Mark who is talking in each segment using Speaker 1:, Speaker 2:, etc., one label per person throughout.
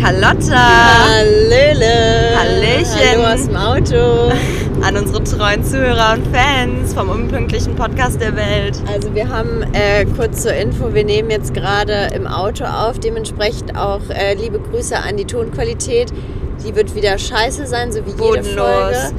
Speaker 1: Charlotte
Speaker 2: Hallöle.
Speaker 1: Hallöchen.
Speaker 2: Hallo aus dem Auto.
Speaker 1: an unsere treuen Zuhörer und Fans vom unpünktlichen Podcast der Welt.
Speaker 2: Also wir haben äh, kurz zur Info, wir nehmen jetzt gerade im Auto auf. Dementsprechend auch äh, liebe Grüße an die Tonqualität. Die wird wieder scheiße sein, so wie jede
Speaker 1: Bodenlos.
Speaker 2: Folge.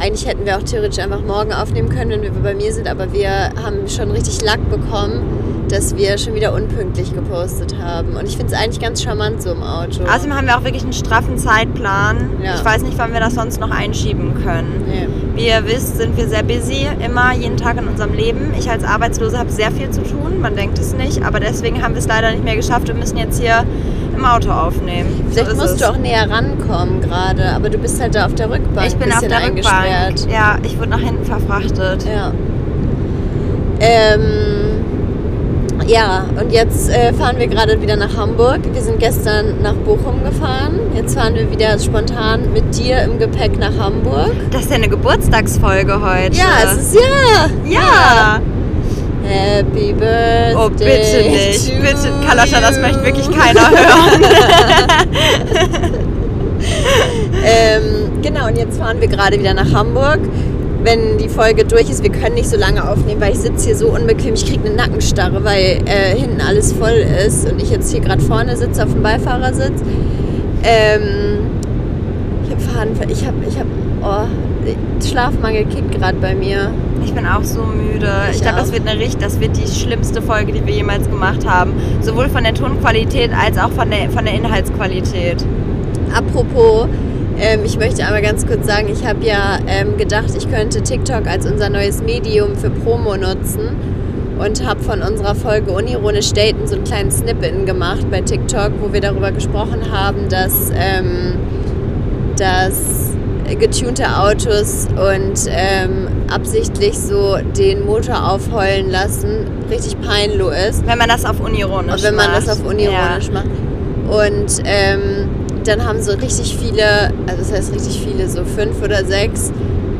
Speaker 2: Eigentlich hätten wir auch theoretisch einfach morgen aufnehmen können, wenn wir bei mir sind. Aber wir haben schon richtig Lack bekommen, dass wir schon wieder unpünktlich gepostet haben. Und ich finde es eigentlich ganz charmant so im Auto.
Speaker 1: Außerdem haben wir auch wirklich einen straffen Zeitplan.
Speaker 2: Ja.
Speaker 1: Ich weiß nicht, wann wir das sonst noch einschieben können.
Speaker 2: Nee.
Speaker 1: Wie ihr wisst, sind wir sehr busy, immer, jeden Tag in unserem Leben. Ich als Arbeitslose habe sehr viel zu tun, man denkt es nicht, aber deswegen haben wir es leider nicht mehr geschafft und müssen jetzt hier im Auto aufnehmen. So
Speaker 2: Vielleicht
Speaker 1: ist
Speaker 2: musst
Speaker 1: es.
Speaker 2: du auch näher rankommen gerade, aber du bist halt da auf der Rückbank.
Speaker 1: Ich bin
Speaker 2: bisschen
Speaker 1: auf der
Speaker 2: eingesperrt.
Speaker 1: Rückbank. Ja, ich wurde nach hinten verfrachtet.
Speaker 2: Ja. Ähm, ja, und jetzt äh, fahren wir gerade wieder nach Hamburg. Wir sind gestern nach Bochum gefahren. Jetzt fahren wir wieder spontan mit dir im Gepäck nach Hamburg.
Speaker 1: Das ist ja eine Geburtstagsfolge heute.
Speaker 2: Ja, es ist ja.
Speaker 1: Ja!
Speaker 2: Happy Birthday.
Speaker 1: Oh, bitte nicht.
Speaker 2: to
Speaker 1: Bitte, Kaloscha, das möchte wirklich
Speaker 2: you.
Speaker 1: keiner hören.
Speaker 2: Ähm, genau, und jetzt fahren wir gerade wieder nach Hamburg. Wenn die Folge durch ist, wir können nicht so lange aufnehmen, weil ich sitze hier so unbequem. Ich kriege eine Nackenstarre, weil äh, hinten alles voll ist und ich jetzt hier gerade vorne sitze auf dem Beifahrersitz. Ähm, ich habe Faden, ver- ich habe, ich habe, oh, Schlafmangel kickt gerade bei mir.
Speaker 1: Ich bin auch so müde. Ich,
Speaker 2: Ich
Speaker 1: glaube, das
Speaker 2: auch.
Speaker 1: wird eine richtig, das wird die schlimmste Folge, die wir jemals gemacht haben. Sowohl von der Tonqualität als auch von der, von der Inhaltsqualität.
Speaker 2: Apropos, ähm, ich möchte einmal ganz kurz sagen, ich habe ja ähm, gedacht, ich könnte TikTok als unser neues Medium für Promo nutzen und habe von unserer Folge Unironisch Daten so einen kleinen Snippet gemacht bei TikTok, wo wir darüber gesprochen haben, dass, ähm, dass getunte Autos und ähm, absichtlich so den Motor aufheulen lassen richtig peinlich ist.
Speaker 1: Wenn man das auf unironisch
Speaker 2: Und wenn man
Speaker 1: macht.
Speaker 2: das auf unironisch macht. Und ähm, dann haben so richtig viele, also das heißt richtig viele, so fünf oder sechs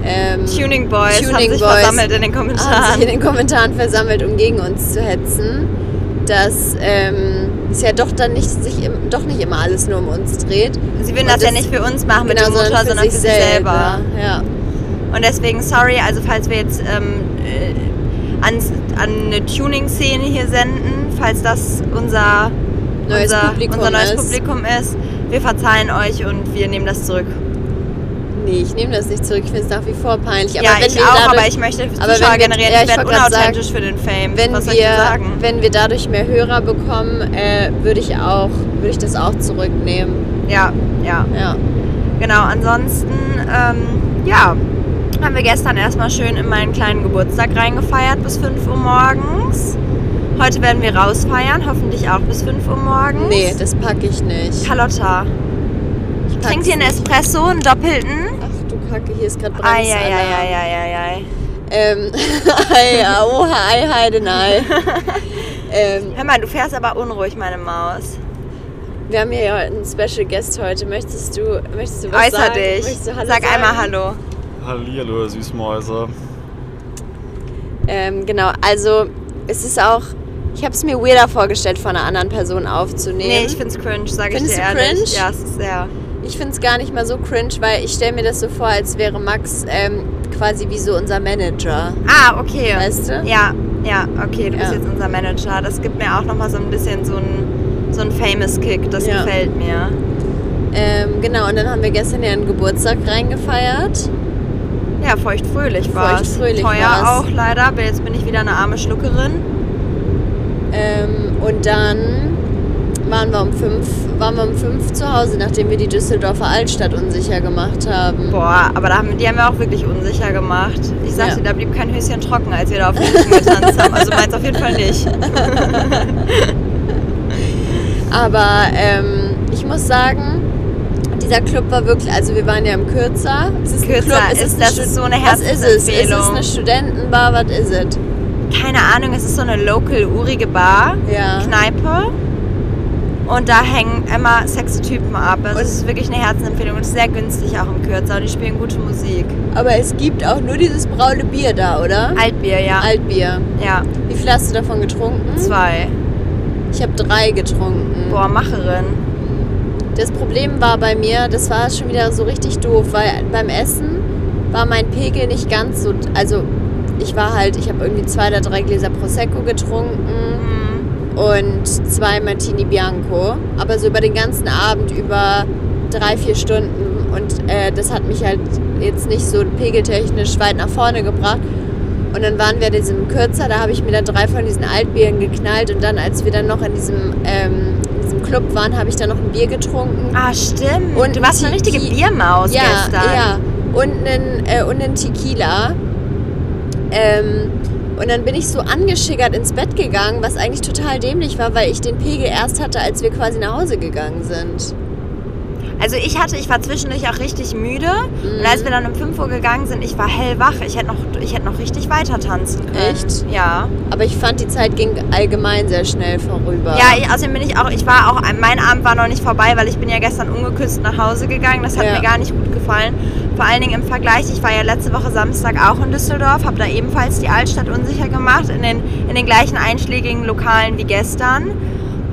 Speaker 2: ähm,
Speaker 1: Ja. Tuning Boys haben
Speaker 2: Tuning
Speaker 1: sich
Speaker 2: Boys Ah,
Speaker 1: versammelt in den
Speaker 2: haben sich in
Speaker 1: Kommentaren.
Speaker 2: den Kommentaren versammelt, um gegen uns zu hetzen. Dass ähm, es ja doch dann nicht sich im, doch nicht immer alles nur um uns dreht. Genau,
Speaker 1: Sie würden
Speaker 2: Und
Speaker 1: das ja
Speaker 2: das-
Speaker 1: nicht für uns machen mit dem Motor, sondern für, sich selber.
Speaker 2: Ja.
Speaker 1: Und deswegen, sorry, also falls wir jetzt ähm, äh, ans, an eine Tuning-Szene hier senden, falls das unser
Speaker 2: Neues
Speaker 1: unser,
Speaker 2: Publikum
Speaker 1: unser neues
Speaker 2: ist.
Speaker 1: Publikum ist, wir verzeihen euch und wir nehmen das zurück.
Speaker 2: Nee, ich nehme das nicht zurück. Ich finde es nach wie vor peinlich. Aber
Speaker 1: ja,
Speaker 2: wenn
Speaker 1: ich
Speaker 2: wir
Speaker 1: auch,
Speaker 2: dadurch,
Speaker 1: aber ich möchte
Speaker 2: aber
Speaker 1: Zuschauer
Speaker 2: wenn wir-
Speaker 1: generieren.
Speaker 2: ja,
Speaker 1: ich
Speaker 2: ich
Speaker 1: werde
Speaker 2: wollte grad
Speaker 1: unauthentisch für den Fame.
Speaker 2: wenn
Speaker 1: Was soll ich denn
Speaker 2: wir,
Speaker 1: sagen?
Speaker 2: wenn wir dadurch mehr Hörer bekommen, äh, würde ich auch, würde ich das auch zurücknehmen.
Speaker 1: Ja, ja.
Speaker 2: Ja.
Speaker 1: Genau, ansonsten, ähm, ja, haben wir gestern erstmal schön in meinen kleinen Geburtstag reingefeiert bis 5 Uhr morgens. Heute werden wir rausfeiern, hoffentlich auch bis 5 Uhr morgens.
Speaker 2: Nee, das packe ich nicht.
Speaker 1: Carlotta,
Speaker 2: Ich
Speaker 1: trinkt
Speaker 2: pack's
Speaker 1: hier einen
Speaker 2: nicht.
Speaker 1: Espresso, einen doppelten?
Speaker 2: Ach du Kacke, hier ist gerade Bremsalarm.
Speaker 1: Eieieiei.
Speaker 2: Ähm, ei, ja, oha, ei, heide, nein. ähm,
Speaker 1: Hör mal, du fährst aber unruhig, meine Maus.
Speaker 2: wir haben hier ja einen Special Guest heute. Möchtest du, möchtest du was
Speaker 1: Äußer
Speaker 2: sagen?
Speaker 1: dich.
Speaker 2: Möchtest du Hallo
Speaker 1: Sag
Speaker 2: sagen?
Speaker 1: einmal Hallo.
Speaker 3: Hallihallo, ihr Süßmäuse.
Speaker 2: Ähm, genau, also es ist auch, ich habe es mir weirder vorgestellt, von einer anderen Person aufzunehmen.
Speaker 1: Nee, ich find's cringe, sag ich
Speaker 2: Findest
Speaker 1: dir
Speaker 2: du
Speaker 1: ehrlich.
Speaker 2: cringe?
Speaker 1: Ja, es ist sehr.
Speaker 2: Ich finde es gar nicht mal so cringe, weil ich stelle mir das so vor, als wäre Max ähm, quasi wie so unser Manager.
Speaker 1: Ah, okay.
Speaker 2: Weißt du? ne?
Speaker 1: Ja, ja, okay, du bist
Speaker 2: Ja.
Speaker 1: jetzt unser Manager. Das gibt mir auch nochmal so ein bisschen so ein, so ein Famous Kick. Das
Speaker 2: Ja.
Speaker 1: gefällt mir.
Speaker 2: Ähm, genau, und dann haben wir gestern ja einen Geburtstag reingefeiert.
Speaker 1: Ja, feuchtfröhlich war's.
Speaker 2: Feuchtfröhlich
Speaker 1: Teuer
Speaker 2: war's.
Speaker 1: auch leider, aber jetzt bin ich wieder eine arme Schluckerin.
Speaker 2: Ähm, und dann waren wir um fünf, waren wir um fünf zu Hause, nachdem wir die Düsseldorfer Altstadt unsicher gemacht haben.
Speaker 1: Boah, aber da haben, die haben wir auch wirklich unsicher gemacht. Ich sag
Speaker 2: Ja.
Speaker 1: dir, da blieb kein Höschen trocken, als wir da auf den Wiesen getanzt haben. Also meins auf jeden Fall nicht.
Speaker 2: Aber ähm, ich muss sagen, dieser Club war wirklich, also wir waren ja im Kürzer. Es ist
Speaker 1: Kürzer ist- das
Speaker 2: Stud-
Speaker 1: ist so eine
Speaker 2: Was ist es? Ist es
Speaker 1: Herzensempfehlung.
Speaker 2: eine Studentenbar? Was ist es?
Speaker 1: Keine Ahnung, es ist so eine local urige Bar.
Speaker 2: Ja.
Speaker 1: Kneipe. Und da hängen immer sexy Typen ab. Also
Speaker 2: Und-
Speaker 1: es ist wirklich eine Herzensempfehlung und sehr günstig auch im Kürzer. Und die spielen gute Musik.
Speaker 2: Aber es gibt auch nur dieses braune Bier da, oder?
Speaker 1: Altbier, ja.
Speaker 2: Altbier.
Speaker 1: ja,
Speaker 2: Wie viel hast du davon getrunken?
Speaker 1: zwei.
Speaker 2: Ich habe drei getrunken.
Speaker 1: Boah, Macherin.
Speaker 2: Das Problem war bei mir, das war schon wieder so richtig doof, weil beim Essen war mein Pegel nicht ganz so. Also ich war halt, ich habe irgendwie zwei oder drei Gläser Prosecco getrunken
Speaker 1: Mhm.
Speaker 2: und zwei Martini Bianco. Aber so über den ganzen Abend, über drei, vier Stunden. Und äh, das hat mich halt jetzt nicht so pegeltechnisch weit nach vorne gebracht. Und dann waren wir in diesem Kürzer, da habe ich mir da drei von diesen Altbieren geknallt. Und dann, als wir dann noch in diesem, ähm, in diesem Club waren, habe ich dann noch ein Bier getrunken.
Speaker 1: Ah, stimmt.
Speaker 2: Und
Speaker 1: du warst eine richtige
Speaker 2: Tiki.
Speaker 1: Biermaus gestern.
Speaker 2: Ja, und einen, äh, und einen Tequila. Ähm, und dann bin ich so angeschickert ins Bett gegangen, was eigentlich total dämlich war, weil ich den Pegel erst hatte, als wir quasi nach Hause gegangen sind.
Speaker 1: Also ich hatte, ich war zwischendurch auch richtig müde.
Speaker 2: Mhm.
Speaker 1: Und als wir dann um 5 Uhr gegangen sind, ich war hellwach. Ich hätte noch, ich hätte noch richtig weiter tanzen können.
Speaker 2: Echt?
Speaker 1: Ja.
Speaker 2: Aber ich fand, die Zeit ging allgemein sehr schnell vorüber.
Speaker 1: Ja, ich, außerdem bin ich auch, ich war auch, mein Abend war noch nicht vorbei, weil ich bin ja gestern ungeküsst nach Hause gegangen. Das hat
Speaker 2: Ja.
Speaker 1: mir gar nicht gut gefallen. Vor allen Dingen im Vergleich, ich war ja letzte Woche Samstag auch in Düsseldorf, habe da ebenfalls die Altstadt unsicher gemacht, in den, in den gleichen einschlägigen Lokalen wie gestern.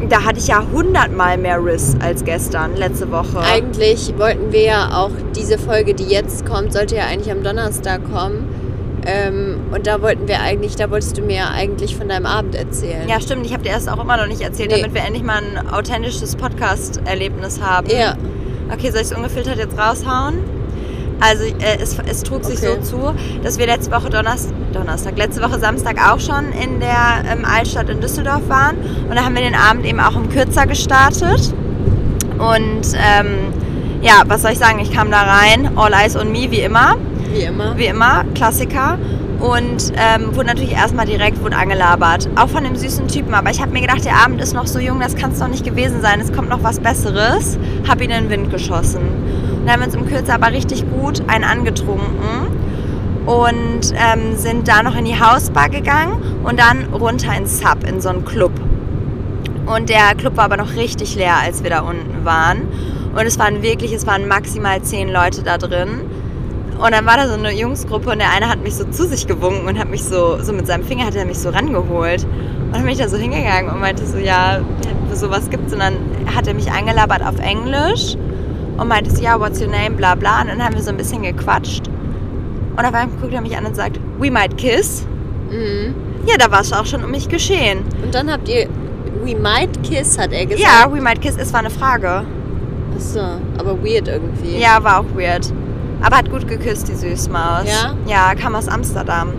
Speaker 1: Da hatte ich ja hundertmal mehr Riss als gestern, letzte Woche.
Speaker 2: Eigentlich wollten wir ja auch diese Folge, die jetzt kommt, sollte ja eigentlich am Donnerstag kommen. Ähm, und da wollten wir eigentlich, da wolltest du mir ja eigentlich von deinem Abend erzählen.
Speaker 1: Ja, stimmt. Ich habe dir das auch immer noch nicht erzählt,
Speaker 2: Nee.
Speaker 1: damit wir endlich mal ein authentisches Podcast-Erlebnis haben.
Speaker 2: Ja.
Speaker 1: Okay, soll ich es ungefiltert jetzt raushauen? Also äh, es, es trug sich so
Speaker 2: Okay.
Speaker 1: zu, dass wir letzte Woche Donnerstag, Donnerstag, letzte Woche Samstag auch schon in der ähm, Altstadt in Düsseldorf waren. Und da haben wir den Abend eben auch im Kürzer gestartet. Und ähm, ja, was soll ich sagen? Ich kam da rein, all eyes on me, wie immer
Speaker 2: wie immer.
Speaker 1: ne? wie immer, Klassiker. Und ähm, wurde natürlich erstmal direkt wurde angelabert. Auch von dem süßen Typen. Aber ich habe mir gedacht, der Abend ist noch so jung, das kann es noch nicht gewesen sein. Es kommt noch was Besseres. Hab ihn in den Wind geschossen. Und dann haben wir uns im Kürzer aber richtig gut einen angetrunken. Und ähm, sind da noch in die Hausbar gegangen und dann runter ins Sub, in so einen Club. Und der Club war aber noch richtig leer, als wir da unten waren. Und es waren wirklich, es waren maximal zehn Leute da drin. Und dann war da so eine Jungsgruppe und der eine hat mich so zu sich gewunken und hat mich so, so mit seinem Finger hat er mich so rangeholt. Und dann bin ich da so hingegangen und meinte so, ja, sowas gibt's. Und dann hat er mich angelabert auf Englisch und meinte so, ja, what's your name, bla bla. Und dann haben wir so ein bisschen gequatscht. Und auf einmal guckt er mich an und sagt, we might kiss.
Speaker 2: Mhm.
Speaker 1: Ja, da war es auch schon um mich geschehen.
Speaker 2: Und dann habt ihr, we might kiss, hat er gesagt.
Speaker 1: Ja, we might kiss, es war eine Frage.
Speaker 2: Achso, aber weird irgendwie.
Speaker 1: Ja, war auch weird. Aber hat gut geküsst, die Süßmaus.
Speaker 2: Ja?
Speaker 1: Ja, kam aus Amsterdam.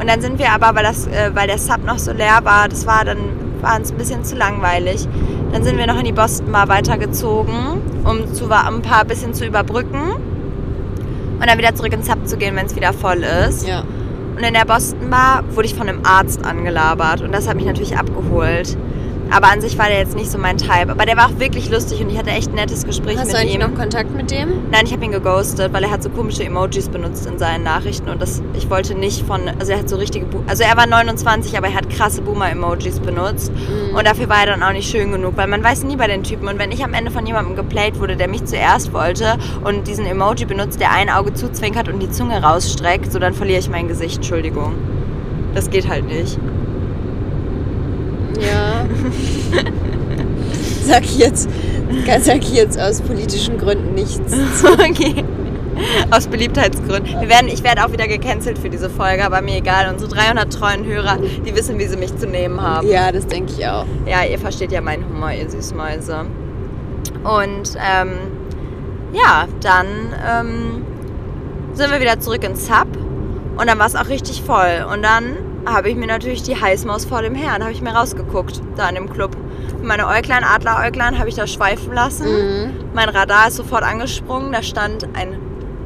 Speaker 1: Und dann sind wir aber, weil, das, äh, weil der Sub noch so leer war, das war dann war uns ein bisschen zu langweilig. Dann sind wir noch in die Boston Bar weitergezogen, um, zu, um ein paar bisschen zu überbrücken. Und dann wieder zurück ins Sub zu gehen, wenn es wieder voll ist.
Speaker 2: Ja.
Speaker 1: Und in der Boston Bar wurde ich von einem Arzt angelabert und das hat mich natürlich abgeholt. Aber an sich war der jetzt nicht so mein Type. Aber der war auch wirklich lustig und ich hatte echt ein nettes Gespräch
Speaker 2: Hast
Speaker 1: mit
Speaker 2: du eigentlich
Speaker 1: ihm.
Speaker 2: noch Kontakt mit dem?
Speaker 1: Nein, ich habe ihn geghostet, weil er hat so komische Emojis benutzt in seinen Nachrichten und das, ich wollte nicht von, also er hat so richtige, Bu- also er war 29, aber er hat krasse Boomer-Emojis benutzt
Speaker 2: Mhm.
Speaker 1: und dafür war er dann auch nicht schön genug, weil man weiß nie bei den Typen und wenn ich am Ende von jemandem geplayt wurde, der mich zuerst wollte und diesen Emoji benutzt, der ein Auge zuzwinkert und die Zunge rausstreckt, so dann verliere ich mein Gesicht, Entschuldigung. Das geht halt nicht.
Speaker 2: Ja. sag ich jetzt, sag ich jetzt aus politischen Gründen nichts.
Speaker 1: Okay. Aus Beliebtheitsgründen. Wir werden, ich werde auch wieder gecancelt für diese Folge, aber mir egal. Unsere 300 treuen Hörer, die wissen, wie sie mich zu nehmen haben.
Speaker 2: Ja, das denke ich auch.
Speaker 1: Ja, ihr versteht ja meinen Humor, ihr Süßmäuse. Und ähm, ja, dann ähm, sind wir wieder zurück ins Sub und dann war es auch richtig voll. Und dann habe ich mir natürlich die Heißmaus vor dem Herrn, habe ich mir rausgeguckt, da in dem Club. Meine Äuglein, Adleräuglein habe ich da schweifen
Speaker 2: Mhm.
Speaker 1: lassen. Mein Radar ist sofort angesprungen. Da stand ein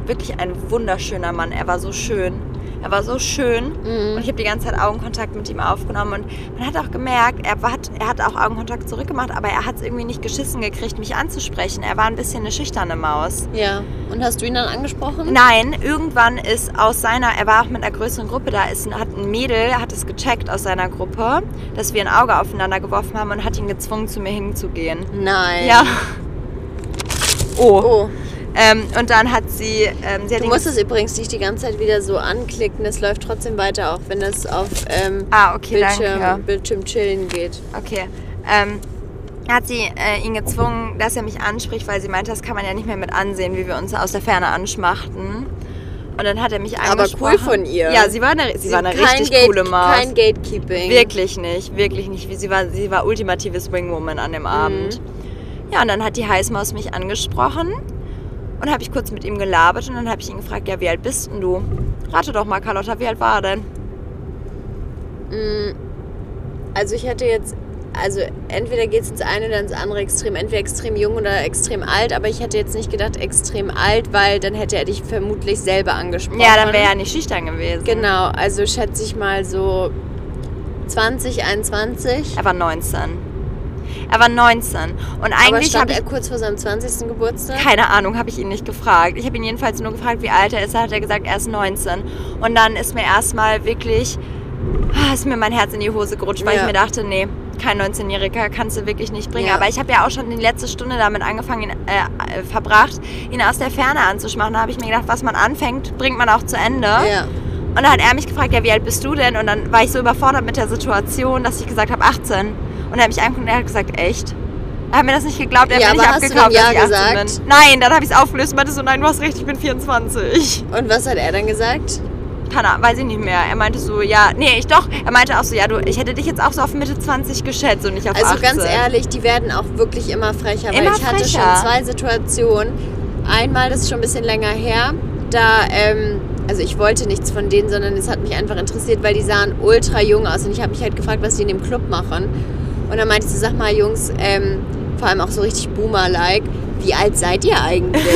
Speaker 1: wirklich ein wunderschöner Mann. Er war so schön. Er war so schön.
Speaker 2: Mhm.
Speaker 1: Und ich habe die ganze Zeit Augenkontakt mit ihm aufgenommen. Und man hat auch gemerkt, er hat, er hat auch Augenkontakt zurückgemacht, aber er hat es irgendwie nicht geschissen gekriegt, mich anzusprechen. Er war ein bisschen eine schüchterne Maus.
Speaker 2: Ja. Und hast du ihn dann angesprochen?
Speaker 1: Nein, irgendwann ist aus seiner, er war auch mit einer größeren Gruppe da, ist, ein- hat ein Mädel, hat es gecheckt aus seiner Gruppe, dass wir ein Auge aufeinander geworfen haben und hat ihn gezwungen, zu mir hinzugehen.
Speaker 2: Nein.
Speaker 1: Ja. Oh.
Speaker 2: Oh,
Speaker 1: Ähm, und dann hat sie, ähm, sie hat
Speaker 2: du
Speaker 1: ihn
Speaker 2: musst es übrigens nicht die ganze Zeit wieder so anklicken. Es läuft trotzdem weiter, auch wenn es auf ähm,
Speaker 1: Ah, okay,
Speaker 2: Bildschirm,
Speaker 1: danke.
Speaker 2: Bildschirm chillen geht.
Speaker 1: Okay. Ähm, hat sie äh, ihn gezwungen, dass er mich anspricht, weil sie meinte, das kann man ja nicht mehr mit ansehen, wie wir uns aus der Ferne anschmachten. Und dann hat er mich
Speaker 2: Aber
Speaker 1: angesprochen.
Speaker 2: cool von ihr.
Speaker 1: Ja, sie war eine, sie war eine richtig
Speaker 2: Gate-
Speaker 1: coole Maus.
Speaker 2: Kein Gatekeeping.
Speaker 1: Wirklich nicht, wirklich nicht. Wie Sie war, sie war ultimative Swingwoman an
Speaker 2: Mhm.
Speaker 1: dem Abend. Ja, und dann hat die Heißmaus mich angesprochen und habe ich kurz mit ihm gelabert und dann habe ich ihn gefragt, ja, wie alt bist denn du? Rate doch mal, Carlotta, wie alt war er denn?
Speaker 2: Mm, Also ich hätte jetzt, also entweder geht es ins eine oder ins andere Extrem, entweder extrem jung oder extrem alt, aber ich hätte jetzt nicht gedacht extrem alt, weil dann hätte er dich vermutlich selber angesprochen.
Speaker 1: Ja, dann wäre er ja nicht schüchtern gewesen.
Speaker 2: Genau, also schätze ich mal so 20, 21.
Speaker 1: Er war 19. Er war 19. Und
Speaker 2: aber
Speaker 1: eigentlich
Speaker 2: stand
Speaker 1: habe
Speaker 2: er
Speaker 1: ich...
Speaker 2: kurz vor seinem 20. Geburtstag?
Speaker 1: Keine Ahnung, habe ich ihn nicht gefragt. Ich habe ihn jedenfalls nur gefragt, wie alt er ist. Da hat er gesagt, er ist 19. Und dann ist mir erstmal wirklich, ah, ist mir mein Herz in die Hose gerutscht, weil
Speaker 2: Ja.
Speaker 1: ich mir dachte, nee, kein 19-Jähriger kannst du wirklich nicht bringen.
Speaker 2: Ja.
Speaker 1: Aber ich habe ja auch schon die letzte Stunde damit angefangen, ihn, äh, äh, verbracht, ihn aus der Ferne anzuschmachen. Da habe ich mir gedacht, was man anfängt, bringt man auch zu Ende.
Speaker 2: Ja.
Speaker 1: Und dann hat er mich gefragt, ja, wie alt bist du denn? Und dann war ich so überfordert mit der Situation, dass ich gesagt habe, 18. Und er hat mich angeguckt und er hat gesagt, echt? Er hat mir das nicht geglaubt, er
Speaker 2: Ja,
Speaker 1: hat mir nicht
Speaker 2: aber hast du
Speaker 1: abgeglaubt,
Speaker 2: dem
Speaker 1: dass ich
Speaker 2: Ja
Speaker 1: 18
Speaker 2: gesagt?
Speaker 1: bin. Nein, dann habe ich es aufgelöst und meinte so, nein, du hast recht, ich bin 24.
Speaker 2: Und was hat er dann gesagt?
Speaker 1: Keine Ahnung, weiß ich nicht mehr. Er meinte so, ja, nee, ich doch. Er meinte auch so, ja, du, ich hätte dich jetzt auch so auf Mitte 20 geschätzt und nicht auf
Speaker 2: Also
Speaker 1: 18.
Speaker 2: ganz ehrlich, die werden auch wirklich immer frecher, weil
Speaker 1: Immer
Speaker 2: ich hatte schon
Speaker 1: frecher.
Speaker 2: zwei Situationen. Einmal, das ist schon ein bisschen länger her, da, ähm, also ich wollte nichts von denen, sondern es hat mich einfach interessiert, weil die sahen ultra jung aus und ich habe mich halt gefragt, was die in dem Club machen. Und dann meinte ich so, sag mal Jungs, ähm, vor allem auch so richtig Boomer-like, wie alt seid ihr eigentlich?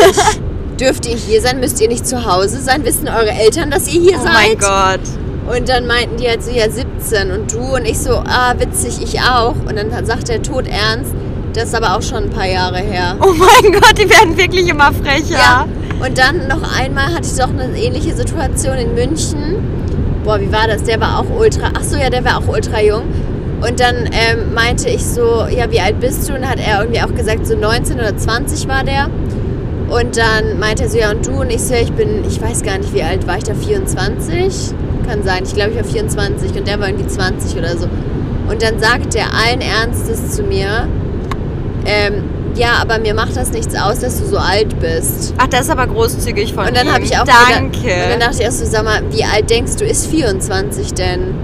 Speaker 2: Dürft ihr hier sein? Müsst ihr nicht zu Hause sein? Wissen eure Eltern, dass ihr hier
Speaker 1: Oh
Speaker 2: seid?
Speaker 1: mein Gott.
Speaker 2: Und dann meinten die halt so, ja 17 und du und ich so, ah witzig, ich auch. Und dann hat- sagt der Tod ernst, das ist aber auch schon ein paar Jahre her.
Speaker 1: Oh mein Gott, die werden wirklich immer frecher.
Speaker 2: Und dann noch einmal hatte ich doch eine ähnliche Situation in München. Boah, wie war das? Der war auch ultra, ach so, ja, der war auch ultra jung. Und dann ähm, meinte ich so, ja, wie alt bist du? Und hat er irgendwie auch gesagt, so 19 oder 20 war der. Und dann meinte er so, ja, und du? Und ich so, ja, ich bin, ich weiß gar nicht, wie alt war ich da? 24? Kann sein, ich glaube, ich war 24 und der war irgendwie 20 oder so. Und dann sagt er allen Ernstes zu mir, ähm, ja, aber mir macht das nichts aus, dass du so alt bist.
Speaker 1: Ach, das ist aber großzügig von
Speaker 2: Und dann
Speaker 1: ihm.
Speaker 2: habe ich auch
Speaker 1: Danke.
Speaker 2: Wieder, und dann dachte ich erst so, sag mal, wie alt denkst du, ist 24 denn?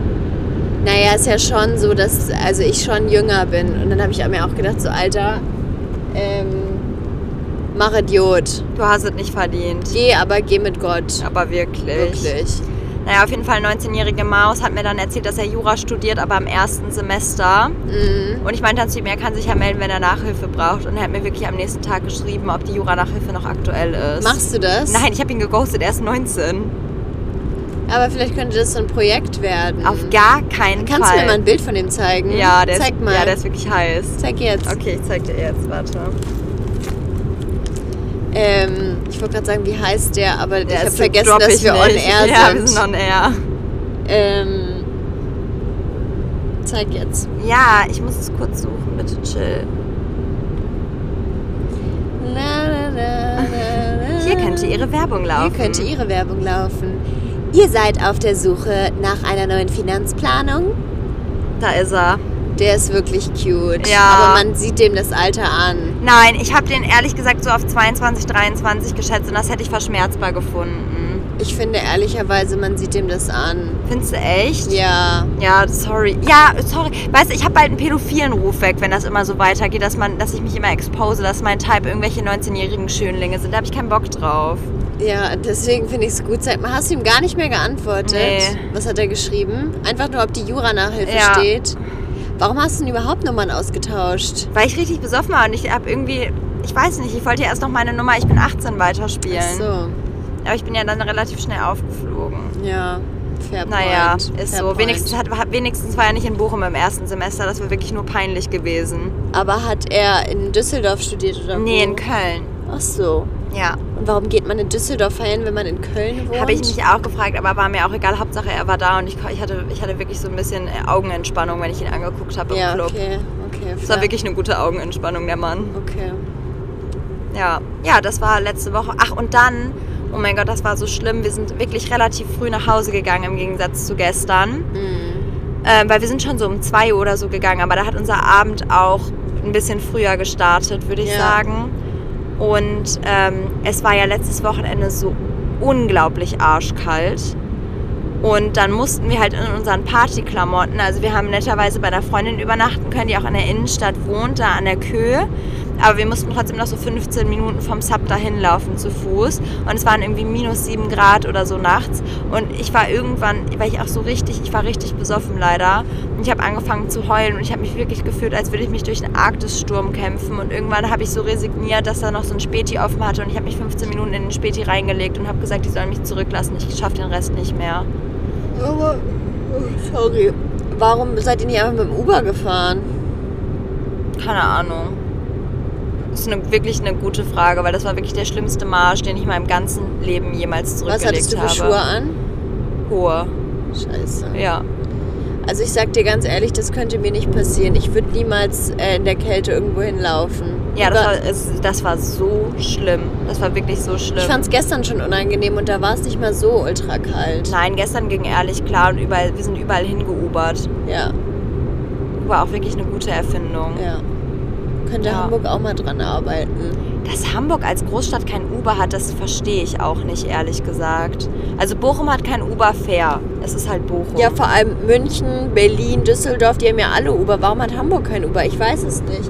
Speaker 2: Naja, ist ja schon so, dass also ich schon jünger bin. Und dann habe ich mir auch gedacht, so Alter, ähm, mach Idiot.
Speaker 1: du hast es nicht verdient.
Speaker 2: Geh, aber geh mit Gott.
Speaker 1: Aber wirklich.
Speaker 2: Wirklich.
Speaker 1: Naja, auf jeden Fall 19-jährige Maus hat mir dann erzählt, dass er Jura studiert, aber im ersten Semester.
Speaker 2: Mhm.
Speaker 1: Und ich meinte dann zu ihm, er kann sich ja melden, wenn er Nachhilfe braucht. Und er hat mir wirklich am nächsten Tag geschrieben, ob die Jura-Nachhilfe noch aktuell ist.
Speaker 2: Machst du das?
Speaker 1: Nein, ich habe ihn geghostet, er ist 19.
Speaker 2: Aber vielleicht könnte das so ein Projekt werden.
Speaker 1: Auf gar keinen
Speaker 2: Kannst du
Speaker 1: Fall.
Speaker 2: mir mal ein Bild von dem zeigen?
Speaker 1: ja, der
Speaker 2: Zeig
Speaker 1: ist,
Speaker 2: mal.
Speaker 1: ja, der ist wirklich heiß.
Speaker 2: Zeig jetzt.
Speaker 1: Okay, ich zeig dir jetzt, warte.
Speaker 2: Ähm, ich wollte gerade sagen, wie heißt der, aber ich
Speaker 1: Der
Speaker 2: habe
Speaker 1: ist-
Speaker 2: vergessen,
Speaker 1: drop
Speaker 2: dass
Speaker 1: ich
Speaker 2: wir on
Speaker 1: nicht.
Speaker 2: air
Speaker 1: Ja,
Speaker 2: sind.
Speaker 1: wir sind on air.
Speaker 2: Ähm, zeig jetzt.
Speaker 1: Ja, ich muss es kurz suchen, bitte chill.
Speaker 2: La, la, la, la, la.
Speaker 1: Hier könnte ihre Werbung laufen.
Speaker 2: Äh. Hier könnte Ihre Werbung laufen. Ihr seid auf der Suche nach einer neuen Finanzplanung.
Speaker 1: Da ist er.
Speaker 2: Der ist wirklich cute.
Speaker 1: Ja.
Speaker 2: Aber man sieht dem das Alter an.
Speaker 1: Nein, ich habe den ehrlich gesagt so auf 22, 23 geschätzt und das hätte ich verschmerzbar gefunden.
Speaker 2: Ich finde ehrlicherweise, man sieht dem das an.
Speaker 1: Findest du echt?
Speaker 2: Ja.
Speaker 1: Ja, sorry. Ja, sorry. Weißt du, ich habe bald einen pädophilen Ruf weg, wenn das immer so weitergeht, dass, man, dass ich mich immer expose, dass mein Type irgendwelche 19-jährigen Schönlinge sind. Da habe ich keinen Bock drauf.
Speaker 2: Ja, deswegen finde ich es gut. Sag mal, hast du ihm gar nicht mehr geantwortet?
Speaker 1: Nee.
Speaker 2: Was hat er geschrieben? Einfach nur, ob die Jura-Nachhilfe
Speaker 1: Ja.
Speaker 2: steht. Warum hast du denn überhaupt Nummern ausgetauscht?
Speaker 1: Weil ich richtig besoffen war und ich habe irgendwie... Ich weiß nicht, ich wollte ja erst noch meine Nummer Ich bin 18 weiterspielen.
Speaker 2: Ach so.
Speaker 1: Aber ich bin ja dann relativ schnell aufgeflogen.
Speaker 2: Ja, fair point.
Speaker 1: Naja, ist
Speaker 2: fair
Speaker 1: so.
Speaker 2: point.
Speaker 1: Wenigstens, hat, hat- wenigstens war er nicht in Bochum im ersten Semester. Das wäre wirklich nur peinlich gewesen.
Speaker 2: Aber hat er in Düsseldorf studiert oder
Speaker 1: Nee,
Speaker 2: wo?
Speaker 1: in Köln.
Speaker 2: Ach so.
Speaker 1: Ja,
Speaker 2: Und warum geht man in Düsseldorf hin, wenn man in Köln wohnt?
Speaker 1: habe ich mich auch gefragt, aber war mir auch egal. Hauptsache, er war da und ich, ko- ich, hatte, ich hatte wirklich so ein bisschen äh, Augenentspannung, wenn ich ihn angeguckt habe im
Speaker 2: Ja,
Speaker 1: Club.
Speaker 2: okay, okay.
Speaker 1: Das
Speaker 2: fair.
Speaker 1: war wirklich eine gute Augenentspannung, der Mann.
Speaker 2: Okay.
Speaker 1: Ja, ja, das war letzte Woche. Ach, und dann, oh mein Gott, das war so schlimm. Wir sind wirklich relativ früh nach Hause gegangen im Gegensatz zu gestern.
Speaker 2: Mhm.
Speaker 1: Hm. Ähm, weil wir sind schon so um zwei Uhr oder so gegangen, aber da hat unser Abend auch ein bisschen früher gestartet, würde ich
Speaker 2: Ja.
Speaker 1: sagen. Und ähm, es war ja letztes Wochenende so unglaublich arschkalt. Und dann mussten wir halt in unseren Partyklamotten, also wir haben netterweise bei einer Freundin übernachten können, die auch in der Innenstadt wohnt, da an der Köhe. Aber wir mussten trotzdem noch so 15 Minuten vom Sub dahin laufen zu Fuß. Und es waren irgendwie minus 7 Grad oder so nachts. Und ich war irgendwann, weil ich auch so richtig, ich war richtig besoffen leider. Und ich habe angefangen zu heulen und ich habe mich wirklich gefühlt, als würde ich mich durch einen Arktis-Sturm kämpfen. Und irgendwann habe ich so resigniert, dass da noch so ein Späti offen hatte. Und ich habe mich 15 Minuten in den Späti reingelegt und habe gesagt, die sollen mich zurücklassen. Ich schaffe den Rest nicht mehr.
Speaker 2: Aber- oh, Sorry. Warum seid ihr nicht einfach mit dem Uber gefahren?
Speaker 1: Keine Ahnung. Das ist eine, wirklich eine gute Frage, weil das war wirklich der schlimmste Marsch, den ich in meinem ganzen Leben jemals
Speaker 2: Was
Speaker 1: zurückgelegt
Speaker 2: hattest du
Speaker 1: habe.
Speaker 2: für Schuhe an?
Speaker 1: Hohe.
Speaker 2: Scheiße.
Speaker 1: Ja.
Speaker 2: Also ich sag dir ganz ehrlich, das könnte mir nicht passieren. Ich würde niemals äh, in der Kälte irgendwo hinlaufen.
Speaker 1: Ja, das
Speaker 2: Über-
Speaker 1: war, es, das war so schlimm. Das war wirklich so schlimm.
Speaker 2: ich fand es gestern schon unangenehm und da war es nicht mal so ultra kalt.
Speaker 1: Nein, gestern ging ehrlich klar und überall, wir sind überall hingeubert.
Speaker 2: Ja,
Speaker 1: War auch wirklich eine gute Erfindung.
Speaker 2: ja. Könnte
Speaker 1: Ja.
Speaker 2: Hamburg auch mal dran arbeiten.
Speaker 1: Dass Hamburg als Großstadt kein Uber hat, das verstehe ich auch nicht, ehrlich gesagt. Also Bochum hat kein Uber fair. Es ist halt Bochum.
Speaker 2: Ja, vor allem München, Berlin, Düsseldorf, die haben ja alle Uber. Warum hat Hamburg kein Uber? Ich weiß es nicht.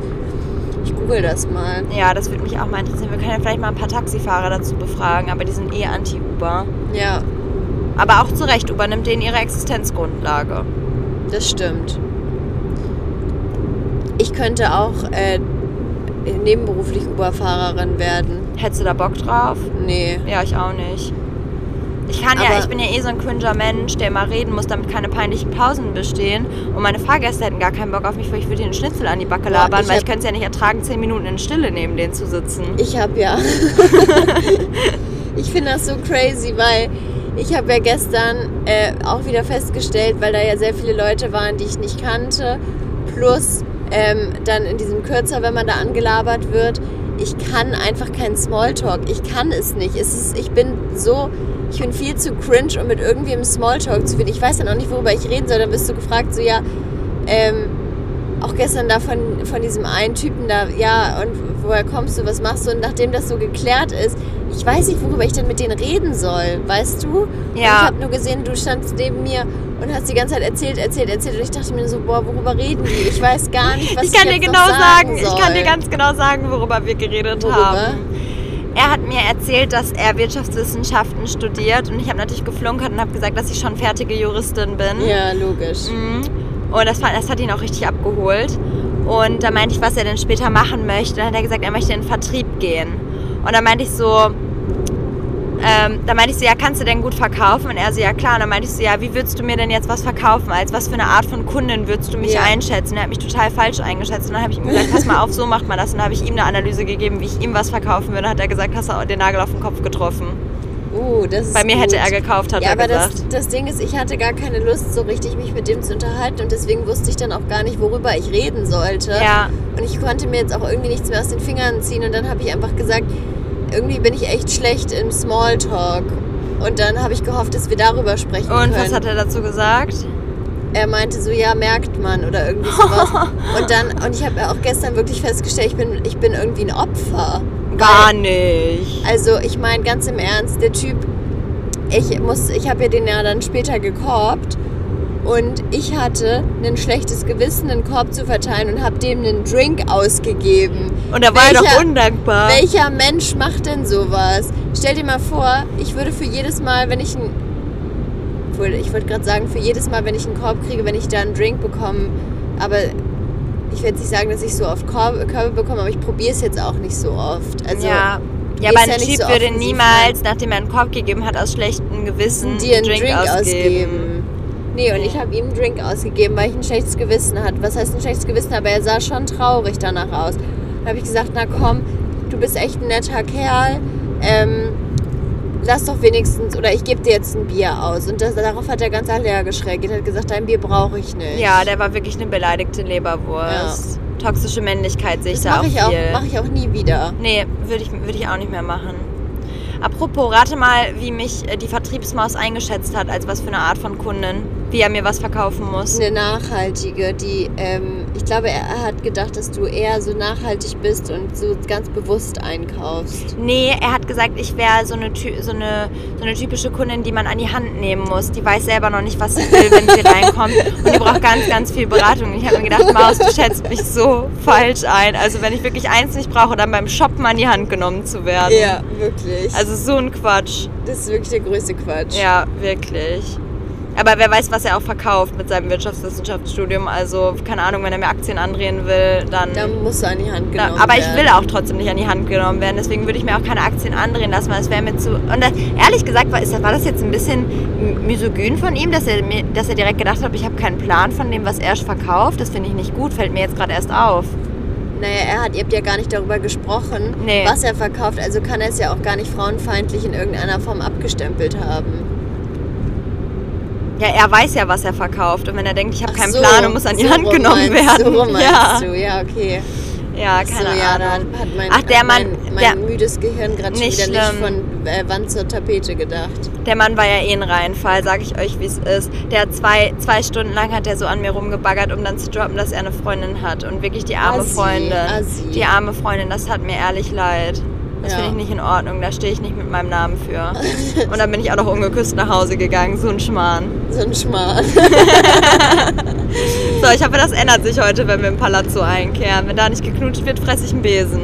Speaker 2: Ich google das mal.
Speaker 1: ja, das würde mich auch mal interessieren. Wir können ja vielleicht mal ein paar Taxifahrer dazu befragen, aber die sind eh anti-Uber.
Speaker 2: Ja,
Speaker 1: Aber auch zu Recht übernimmt denen ihre Existenzgrundlage.
Speaker 2: das stimmt. Ich könnte auch äh, nebenberuflich Uber-Fahrerin werden.
Speaker 1: Hättest du da Bock drauf?
Speaker 2: Nee.
Speaker 1: Ja, ich auch nicht. Ich kann ja,
Speaker 2: Aber-
Speaker 1: ich bin ja eh so ein cringer Mensch, der immer reden muss, damit keine peinlichen Pausen bestehen. Und meine Fahrgäste hätten gar keinen Bock auf mich, weil ich würde ihnen einen Schnitzel an die Backe
Speaker 2: Boah,
Speaker 1: labern,
Speaker 2: ich
Speaker 1: weil ich
Speaker 2: hab-
Speaker 1: könnte es ja nicht ertragen, zehn Minuten in Stille neben denen zu sitzen.
Speaker 2: Ich habe ja. ich finde das so crazy, weil ich habe ja gestern äh, auch wieder festgestellt, weil da ja sehr viele Leute waren, die ich nicht kannte, plus ähm, dann in diesem Kürzer, wenn man da angelabert wird, ich kann einfach kein Smalltalk. Ich kann es nicht. Es ist, ich bin so, ich bin viel zu cringe, um mit irgendwem Smalltalk zu finden. Ich weiß dann auch nicht, worüber ich reden soll. Dann bist du gefragt, so ja, ähm, auch gestern da von, von diesem einen Typen da, ja, und woher kommst du, was machst du? Und nachdem das so geklärt ist, ich weiß nicht, worüber ich dann mit denen reden soll, weißt du? Und Ich
Speaker 1: Ja,
Speaker 2: habe nur gesehen, du standst neben mir und hast die ganze Zeit erzählt, erzählt, erzählt. Und ich dachte mir so, boah, worüber reden die? Ich weiß gar nicht, was
Speaker 1: ich
Speaker 2: ich
Speaker 1: kann dir
Speaker 2: jetzt
Speaker 1: genau
Speaker 2: noch
Speaker 1: sagen,
Speaker 2: sagen,
Speaker 1: ich kann dir
Speaker 2: soll.
Speaker 1: ganz genau sagen, worüber wir geredet
Speaker 2: Worüber?
Speaker 1: haben. Er hat mir erzählt, dass er Wirtschaftswissenschaften studiert und ich habe natürlich geflunkert und habe gesagt, dass ich schon fertige Juristin bin.
Speaker 2: Ja, logisch.
Speaker 1: Mhm. Und das, fand- das hat ihn auch richtig abgeholt. Und da meinte ich, was er denn später machen möchte. Dann hat er gesagt, er möchte in den Vertrieb gehen. Und dann meinte ich so, ähm, da meinte ich so, ja, kannst du denn gut verkaufen? Und er so, ja klar. Und dann meinte ich so, ja, wie würdest du mir denn jetzt was verkaufen? Als was für eine Art von Kunden würdest du mich
Speaker 2: Ja.
Speaker 1: einschätzen? Und er hat mich total falsch eingeschätzt. Und dann habe ich ihm gesagt, pass mal auf, so macht man das. Und dann habe ich ihm eine Analyse gegeben, wie ich ihm was verkaufen würde. Und hat er gesagt, hast du den Nagel auf den Kopf getroffen.
Speaker 2: Uh, das ist
Speaker 1: Bei mir
Speaker 2: gut.
Speaker 1: hätte er gekauft, hat
Speaker 2: Ja,
Speaker 1: er
Speaker 2: aber
Speaker 1: gesagt.
Speaker 2: das, das Ding ist, ich hatte gar keine Lust, so richtig mich mit dem zu unterhalten und deswegen wusste ich dann auch gar nicht, worüber ich reden sollte.
Speaker 1: ja,
Speaker 2: Und ich konnte mir jetzt auch irgendwie nichts mehr aus den Fingern ziehen. Und dann habe ich einfach gesagt, irgendwie bin ich echt schlecht im Smalltalk. Und dann habe ich gehofft, dass wir darüber sprechen können.
Speaker 1: und was hat er dazu gesagt?
Speaker 2: Er meinte so, ja, merkt man oder irgendwie sowas. und dann, und ich habe ja auch gestern wirklich festgestellt, ich bin, ich bin irgendwie ein Opfer.
Speaker 1: Gar nicht.
Speaker 2: Also ich meine ganz im Ernst, der Typ, ich muss, ich habe ja den ja dann später gekorbt und ich hatte ein schlechtes Gewissen, einen Korb zu verteilen und habe dem einen Drink ausgegeben.
Speaker 1: Und da war er doch
Speaker 2: Welcher-
Speaker 1: undankbar.
Speaker 2: Welcher Mensch macht denn sowas? Stell dir mal vor, ich würde für jedes Mal, wenn ich ein. Obwohl, Ich wollte gerade sagen, für jedes Mal, wenn ich einen Korb kriege, wenn ich da einen Drink bekomme. Aber ich werde nicht sagen, dass ich so oft Korb, Körbe bekomme, aber ich probiere es jetzt auch nicht so oft. Also,
Speaker 1: ja. Ja,
Speaker 2: ist
Speaker 1: aber ein
Speaker 2: ja nicht
Speaker 1: Typ
Speaker 2: so
Speaker 1: würde
Speaker 2: offensiv,
Speaker 1: niemals, nachdem er einen Korb gegeben hat, aus schlechtem Gewissen
Speaker 2: dir einen Drink,
Speaker 1: ausgeben.
Speaker 2: ausgeben. Nee, und
Speaker 1: Nee.
Speaker 2: ich habe ihm einen Drink ausgegeben, weil ich ein schlechtes Gewissen hatte. Was heißt ein schlechtes Gewissen? Aber er sah schon traurig danach aus. Da habe ich gesagt, na komm, du bist echt ein netter Kerl. Ähm, lass doch wenigstens, oder ich gebe dir jetzt ein Bier aus. Und das, darauf hat er ganz allergisch reagiert. Er hat gesagt, dein Bier brauche ich nicht.
Speaker 1: Ja, der war wirklich eine beleidigte Leberwurst. Toxische Männlichkeit sehe ich
Speaker 2: das
Speaker 1: da auch
Speaker 2: mache ich, auch,
Speaker 1: viel.
Speaker 2: mach ich auch nie wieder.
Speaker 1: Nee, würde ich, würde ich auch nicht mehr machen. Apropos, rate mal, wie mich äh, die Vertriebsmaus eingeschätzt hat, als was für eine Art von Kunden, wie er mir was verkaufen muss.
Speaker 2: Eine nachhaltige, die ähm, Ich glaube, er hat gedacht, dass du eher so nachhaltig bist und so ganz bewusst einkaufst.
Speaker 1: Nee, er hat gesagt, ich wäre so eine, Ty- so, eine, so eine typische Kundin, die man an die Hand nehmen muss. Die weiß selber noch nicht, was sie will, wenn sie reinkommt. Und die braucht ganz, ganz viel Beratung. Und ich habe mir gedacht, Maus, du schätzt mich so falsch ein. Also wenn ich wirklich eins nicht brauche, dann beim Shoppen an die Hand genommen zu werden.
Speaker 2: Ja, wirklich. Also,
Speaker 1: Also so ein Quatsch.
Speaker 2: das ist wirklich der größte Quatsch.
Speaker 1: Ja, wirklich. Aber wer weiß, was er auch verkauft mit seinem Wirtschaftswissenschaftsstudium. Also keine Ahnung, wenn er mir Aktien andrehen will, dann...
Speaker 2: Da musst du an die Hand
Speaker 1: Na,
Speaker 2: genommen
Speaker 1: aber ich
Speaker 2: werden.
Speaker 1: will auch trotzdem nicht an die Hand genommen werden, deswegen würde ich mir auch keine Aktien andrehen lassen, weil es wäre mir zu. Und das, ehrlich gesagt, war, ist, das- war das jetzt ein bisschen m- misogyn von ihm, dass er, mir- dass er direkt gedacht hat, ich habe keinen Plan von dem, was er verkauft. Das finde ich nicht gut, fällt mir jetzt gerade erst auf.
Speaker 2: Naja, er hat, ihr habt ja gar nicht darüber gesprochen,
Speaker 1: Nee.
Speaker 2: was er verkauft. Also kann er es ja auch gar nicht frauenfeindlich in irgendeiner Form abgestempelt haben.
Speaker 1: Ja, er weiß ja, was er verkauft. Und wenn er denkt, ich habe
Speaker 2: Ach
Speaker 1: keinen
Speaker 2: so,
Speaker 1: Plan und muss an die
Speaker 2: so
Speaker 1: Hand
Speaker 2: rum
Speaker 1: genommen
Speaker 2: meinst-
Speaker 1: werden.
Speaker 2: So rum meinst
Speaker 1: ja.
Speaker 2: du, ja, okay.
Speaker 1: ja,
Speaker 2: Ach so,
Speaker 1: keine
Speaker 2: ja, da
Speaker 1: Ahnung.
Speaker 2: hat mein,
Speaker 1: Ach, der
Speaker 2: hat
Speaker 1: Mann,
Speaker 2: mein,
Speaker 1: der-
Speaker 2: mein müdes Gehirn gerade schon
Speaker 1: Nicht
Speaker 2: wieder
Speaker 1: schlimm.
Speaker 2: nicht von äh, Wand zur Tapete gedacht.
Speaker 1: Der Mann war ja eh ein Reihenfall, sag ich euch, wie es ist. Der hat zwei, zwei Stunden lang hat er so an mir rumgebaggert, um dann zu droppen, dass er eine Freundin hat. Und wirklich die arme
Speaker 2: Assi,
Speaker 1: Freundin.
Speaker 2: assi.
Speaker 1: Die arme Freundin, das hat mir ehrlich leid. Das
Speaker 2: Ja.
Speaker 1: finde ich nicht in Ordnung, da stehe ich nicht mit meinem Namen für. Und dann bin ich auch noch ungeküsst nach Hause gegangen, so ein Schmarrn.
Speaker 2: So ein Schmarrn.
Speaker 1: So, ich hoffe, das ändert sich heute, wenn wir im Palazzo einkehren. Wenn da nicht geknutscht wird, fresse ich einen Besen.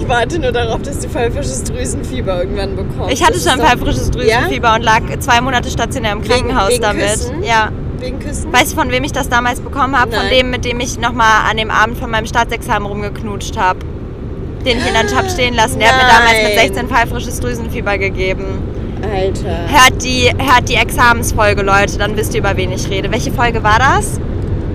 Speaker 2: Ich warte nur darauf, dass du pfeifisches Drüsenfieber irgendwann bekommst.
Speaker 1: Ich hatte
Speaker 2: Oh,
Speaker 1: schon
Speaker 2: Das ist
Speaker 1: ein
Speaker 2: doch-
Speaker 1: pfeifrisches Drüsenfieber und lag zwei Monate stationär im Krankenhaus
Speaker 2: wegen
Speaker 1: damit.
Speaker 2: Küssen?
Speaker 1: Ja.
Speaker 2: Wegen Küssen?
Speaker 1: Weißt du, von wem ich das damals bekommen habe? Von
Speaker 2: Nein.
Speaker 1: dem, mit dem ich nochmal an dem Abend von meinem Staatsexamen rumgeknutscht habe. Den ich in der Tab stehen lassen. Der hat mir damals mit
Speaker 2: Nein.
Speaker 1: 16 pfeifrisches Drüsenfieber gegeben.
Speaker 2: Alter.
Speaker 1: Hört die, hört die Examensfolge, Leute, dann wisst ihr, über wen ich rede. Welche Folge war das?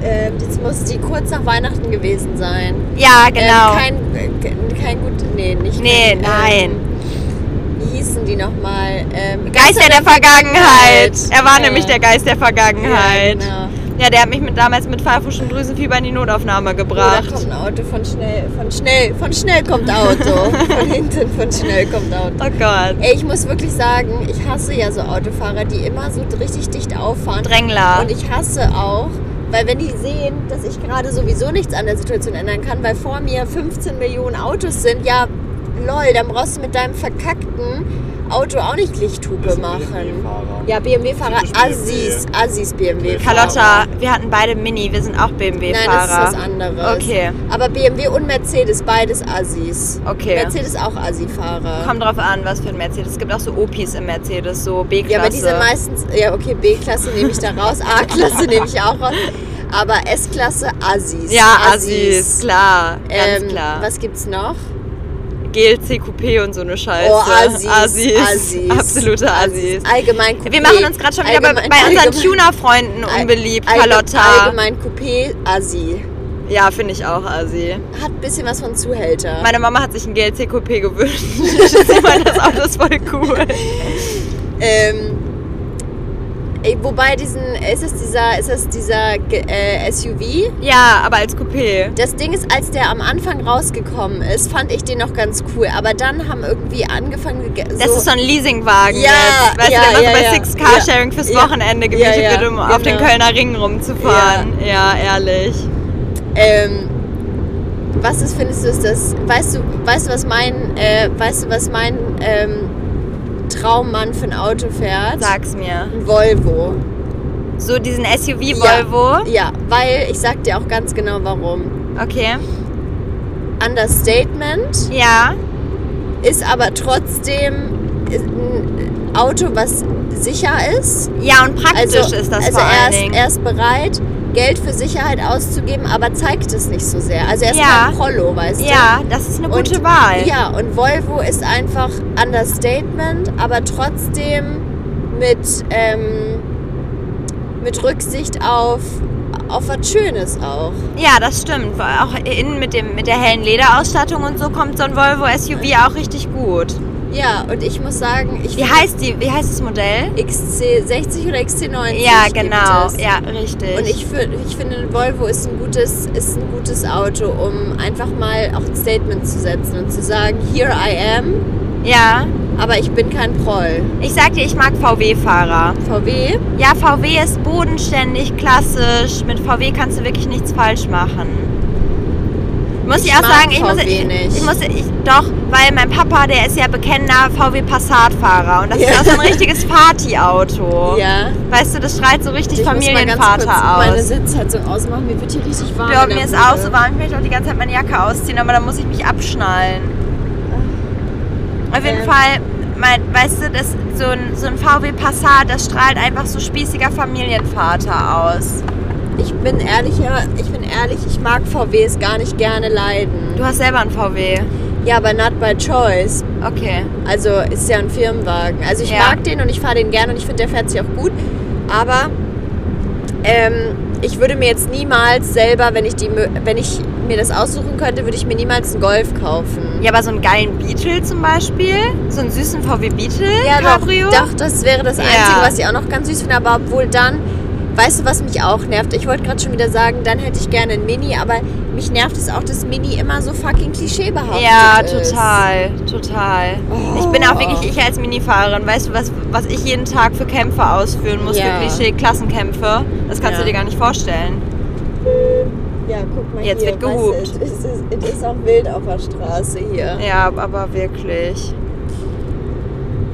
Speaker 2: Ähm, jetzt muss die kurz nach Weihnachten gewesen sein.
Speaker 1: Ja, genau.
Speaker 2: Ähm, kein, äh, kein, kein gut. Nee, nicht.
Speaker 1: Nee,
Speaker 2: kein,
Speaker 1: nein.
Speaker 2: Ähm, wie hießen die nochmal? Ähm,
Speaker 1: Geist der, der Vergangenheit.
Speaker 2: Vergangenheit.
Speaker 1: Er war
Speaker 2: Ja.
Speaker 1: nämlich der Geist der Vergangenheit.
Speaker 2: Ja, genau.
Speaker 1: Ja, der hat mich mit, damals mit pfeifrischem Drüsenfieber in die Notaufnahme
Speaker 2: Oh, da
Speaker 1: gebracht.
Speaker 2: kommt ein Auto von schnell, von schnell, von schnell kommt Auto. von hinten von schnell kommt Auto.
Speaker 1: Oh Gott.
Speaker 2: Ey, ich muss wirklich sagen, ich hasse ja so Autofahrer, die immer so richtig dicht auffahren.
Speaker 1: Drängler.
Speaker 2: Und ich hasse auch, weil wenn die sehen, dass ich gerade sowieso nichts an der Situation ändern kann, weil vor mir 15 Millionen Autos sind, ja, lol, dann brauchst du mit deinem verkackten Auto auch nicht Lichthupe machen. Ja, BMW-Fahrer,
Speaker 3: Typisch BMW.
Speaker 2: Assis, Assis BMW-Fahrer.
Speaker 1: Carlotta, wir hatten beide Mini, wir sind auch BMW-Fahrer.
Speaker 2: Nein, das ist was anderes.
Speaker 1: Okay.
Speaker 2: Aber BMW und Mercedes, beides Assis.
Speaker 1: Okay.
Speaker 2: Mercedes auch Assi-Fahrer.
Speaker 1: Kommt drauf an, was für ein Mercedes. Es gibt auch so Opis im Mercedes, so B-Klasse.
Speaker 2: Ja, aber die sind meistens, ja okay, B-Klasse nehme ich da raus, A-Klasse nehme ich auch raus, aber S-Klasse Assis.
Speaker 1: Ja, Assis, klar, ganz
Speaker 2: Ähm,
Speaker 1: klar.
Speaker 2: Was gibt's noch?
Speaker 1: GLC Coupé und so eine Scheiße.
Speaker 2: Oh, Assis.
Speaker 1: Assis. Absolute Assis.
Speaker 2: Allgemein Coupé.
Speaker 1: Wir machen uns gerade schon wieder bei,
Speaker 2: Allgemein-
Speaker 1: bei unseren
Speaker 2: allgemein-
Speaker 1: Tuner-Freunden
Speaker 2: all-
Speaker 1: unbeliebt,
Speaker 2: allge-
Speaker 1: Carlotta.
Speaker 2: Allgemein Coupé Assi.
Speaker 1: Ja, finde ich auch Assi.
Speaker 2: Hat ein bisschen was von Zuhälter.
Speaker 1: Meine Mama hat sich ein GLC Coupé gewünscht. ich meine, das Auto ist voll cool.
Speaker 2: ähm, ey, wobei diesen, ist es dieser, ist es dieser ge- äh, SUV?
Speaker 1: Ja, aber als Coupé.
Speaker 2: Das Ding ist, als der am Anfang rausgekommen ist, fand ich den noch ganz cool. Aber dann haben irgendwie angefangen. ge-
Speaker 1: Das ist so ein Leasingwagen.
Speaker 2: Ja,
Speaker 1: jetzt. Weißt
Speaker 2: ja,
Speaker 1: du, der
Speaker 2: ja,
Speaker 1: war so
Speaker 2: ja.
Speaker 1: bei Six Carsharing fürs
Speaker 2: Ja.
Speaker 1: Wochenende
Speaker 2: Ja,
Speaker 1: gemietet
Speaker 2: ja,
Speaker 1: wird, um auf den
Speaker 2: genau.
Speaker 1: Kölner Ring rumzufahren. Ja, ehrlich.
Speaker 2: Ähm, was ist, findest du, ist das? Weißt du, weißt du, was mein, äh, weißt du, was mein ähm, Traummann für ein Auto fährt?
Speaker 1: Sag's mir.
Speaker 2: Ein Volvo.
Speaker 1: So diesen SUV
Speaker 2: Ja.
Speaker 1: Volvo.
Speaker 2: Ja, weil ich sag dir auch ganz genau warum.
Speaker 1: Okay.
Speaker 2: Understatement
Speaker 1: Ja.
Speaker 2: ist aber trotzdem äh, ein Auto, was sicher ist.
Speaker 1: Ja, und praktisch
Speaker 2: Also,
Speaker 1: ist das
Speaker 2: also
Speaker 1: vor
Speaker 2: er,
Speaker 1: allen
Speaker 2: ist,
Speaker 1: Dingen.
Speaker 2: er ist bereit, Geld für Sicherheit auszugeben, aber zeigt es nicht so sehr. Also er ist
Speaker 1: Ja.
Speaker 2: kein Prollo, weißt du?
Speaker 1: ja, das ist eine gute Wahl.
Speaker 2: Ja, und Volvo ist einfach Understatement, aber trotzdem mit, ähm, mit Rücksicht auf, auf was Schönes auch.
Speaker 1: Ja, das stimmt. Auch innen mit, dem, mit der hellen Lederausstattung und so kommt so ein Volvo SUV auch richtig gut.
Speaker 2: Ja, und ich muss sagen, ich
Speaker 1: Wie heißt die? Wie heißt das Modell?
Speaker 2: XC60 oder XC90.
Speaker 1: Ja,
Speaker 2: gibt
Speaker 1: genau.
Speaker 2: es.
Speaker 1: Ja, richtig.
Speaker 2: Und ich, fü- ich finde, ein Volvo ist ein, gutes, ist ein gutes Auto, um einfach mal auch ein Statement zu setzen und zu sagen, here I am,
Speaker 1: ja,
Speaker 2: Aber ich bin kein Proll.
Speaker 1: Ich sag dir, ich mag VW-Fahrer.
Speaker 2: VW?
Speaker 1: Ja, VW ist bodenständig, klassisch. Mit VW kannst du wirklich nichts falsch machen. Muss ich,
Speaker 2: Ich
Speaker 1: auch
Speaker 2: mag
Speaker 1: sagen, ich muss,
Speaker 2: VW
Speaker 1: ich,
Speaker 2: nicht.
Speaker 1: ich muss ich, doch, weil mein Papa, der ist ja bekennender VW Passat-Fahrer und das
Speaker 2: Ja.
Speaker 1: ist auch so ein richtiges Partyauto.
Speaker 2: Ja.
Speaker 1: Weißt du, das strahlt so richtig
Speaker 2: Ich muss mal ganz kurz
Speaker 1: Familienvater
Speaker 2: meine
Speaker 1: aus.
Speaker 2: Sitzheizung ausmachen. Mir wird hier richtig warm.
Speaker 1: Ja,
Speaker 2: in der
Speaker 1: mir ist
Speaker 2: Bude.
Speaker 1: auch so warm. Ich möchte auch die ganze Zeit meine Jacke ausziehen, aber dann muss ich mich abschnallen. Auf jeden
Speaker 2: Ähm.
Speaker 1: Fall, mein, weißt du, das, so, ein, so ein VW Passat, das strahlt einfach so spießiger Familienvater aus.
Speaker 2: Ich bin ehrlich, ja, ich bin ehrlich, ich mag VWs gar nicht gerne leiden.
Speaker 1: Du hast selber einen VW.
Speaker 2: Ja, aber not by choice.
Speaker 1: Okay.
Speaker 2: Also ist ja ein Firmenwagen. Also ich
Speaker 1: Ja.
Speaker 2: mag den und ich fahre den gern und ich finde, der fährt sich auch gut. Aber ähm, ich würde mir jetzt niemals selber, wenn ich, die, mö- wenn ich mir das aussuchen könnte, würde ich mir niemals einen Golf kaufen.
Speaker 1: Ja, aber so einen geilen Beetle zum Beispiel. So einen süßen VW Beetle
Speaker 2: doch,
Speaker 1: Cabrio.
Speaker 2: doch, das wäre das
Speaker 1: Ja.
Speaker 2: Einzige, was ich auch noch ganz süß finde. Aber obwohl dann, weißt du, was mich auch nervt? Ich wollte gerade schon wieder sagen, dann hätte ich gerne ein Mini, aber mich nervt es auch, dass Mini immer so fucking klischeebehaftet
Speaker 1: Ja,
Speaker 2: ist.
Speaker 1: total, total.
Speaker 2: Oh.
Speaker 1: Ich bin auch wirklich ich als Minifahrerin. Weißt du, was, was ich jeden Tag für Kämpfe ausführen muss,
Speaker 2: Ja.
Speaker 1: für Klischee-Klassenkämpfe? Das kannst
Speaker 2: Ja.
Speaker 1: du dir gar nicht vorstellen.
Speaker 2: Ja, guck mal
Speaker 1: Jetzt
Speaker 2: hier.
Speaker 1: wird
Speaker 2: weißt du,
Speaker 1: gehupt.
Speaker 2: Es ist, es ist auch wild auf der Straße hier.
Speaker 1: Ja, aber wirklich.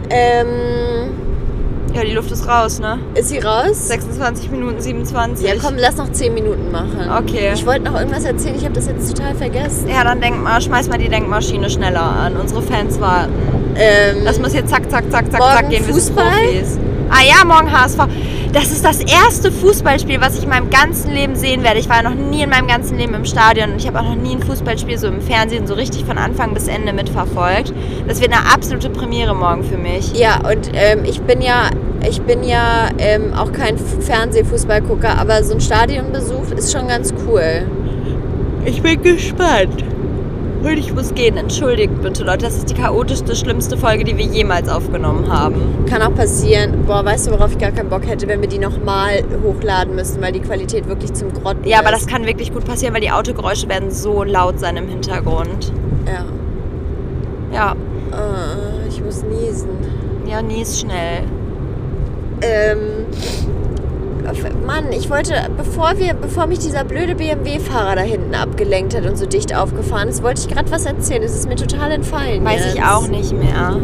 Speaker 2: Ähm,
Speaker 1: Ja, die Luft ist raus, ne?
Speaker 2: ist sie raus?
Speaker 1: 26 Minuten 27.
Speaker 2: Ja, komm, lass noch 10 Minuten machen.
Speaker 1: Okay.
Speaker 2: Ich wollte noch irgendwas erzählen, ich habe das jetzt total vergessen.
Speaker 1: Ja, dann denk mal, schmeiß mal die Denkmaschine schneller an. Unsere Fans warten.
Speaker 2: Ähm,
Speaker 1: Das muss jetzt zack, zack, zack, zack,
Speaker 2: Morgen
Speaker 1: zack gehen. Wir sind
Speaker 2: Fußball?
Speaker 1: Profis. Ah ja, morgen HSV. Das ist das erste Fußballspiel, was ich in meinem ganzen Leben sehen werde. Ich war noch nie in meinem ganzen Leben im Stadion und ich habe auch noch nie ein Fußballspiel so im Fernsehen so richtig von Anfang bis Ende mitverfolgt. Das wird eine absolute Premiere morgen für mich.
Speaker 2: ja, und ähm, ich bin ja, ich bin ja ähm, auch kein F- Fernsehfußballgucker, aber so ein Stadionbesuch ist schon ganz cool.
Speaker 1: Ich bin gespannt. Und ich muss gehen. Entschuldigt bitte, Leute. Das ist die chaotischste, schlimmste Folge, die wir jemals aufgenommen haben.
Speaker 2: Kann auch passieren. Boah, weißt du, worauf ich gar keinen Bock hätte, wenn wir die nochmal hochladen müssen, weil die Qualität wirklich zum Grotten
Speaker 1: Ja, aber das
Speaker 2: ist.
Speaker 1: kann wirklich gut passieren, weil die Autogeräusche werden so laut sein im Hintergrund.
Speaker 2: Ja.
Speaker 1: Ja,
Speaker 2: Äh, ich muss niesen.
Speaker 1: ja, nies schnell.
Speaker 2: Ähm, Mann, ich wollte, bevor wir, bevor mich dieser blöde BMW-Fahrer da hinten abgelenkt hat und so dicht aufgefahren ist, wollte ich gerade was erzählen. Es ist mir total entfallen.
Speaker 1: Weiß
Speaker 2: jetzt.
Speaker 1: ich auch nicht mehr.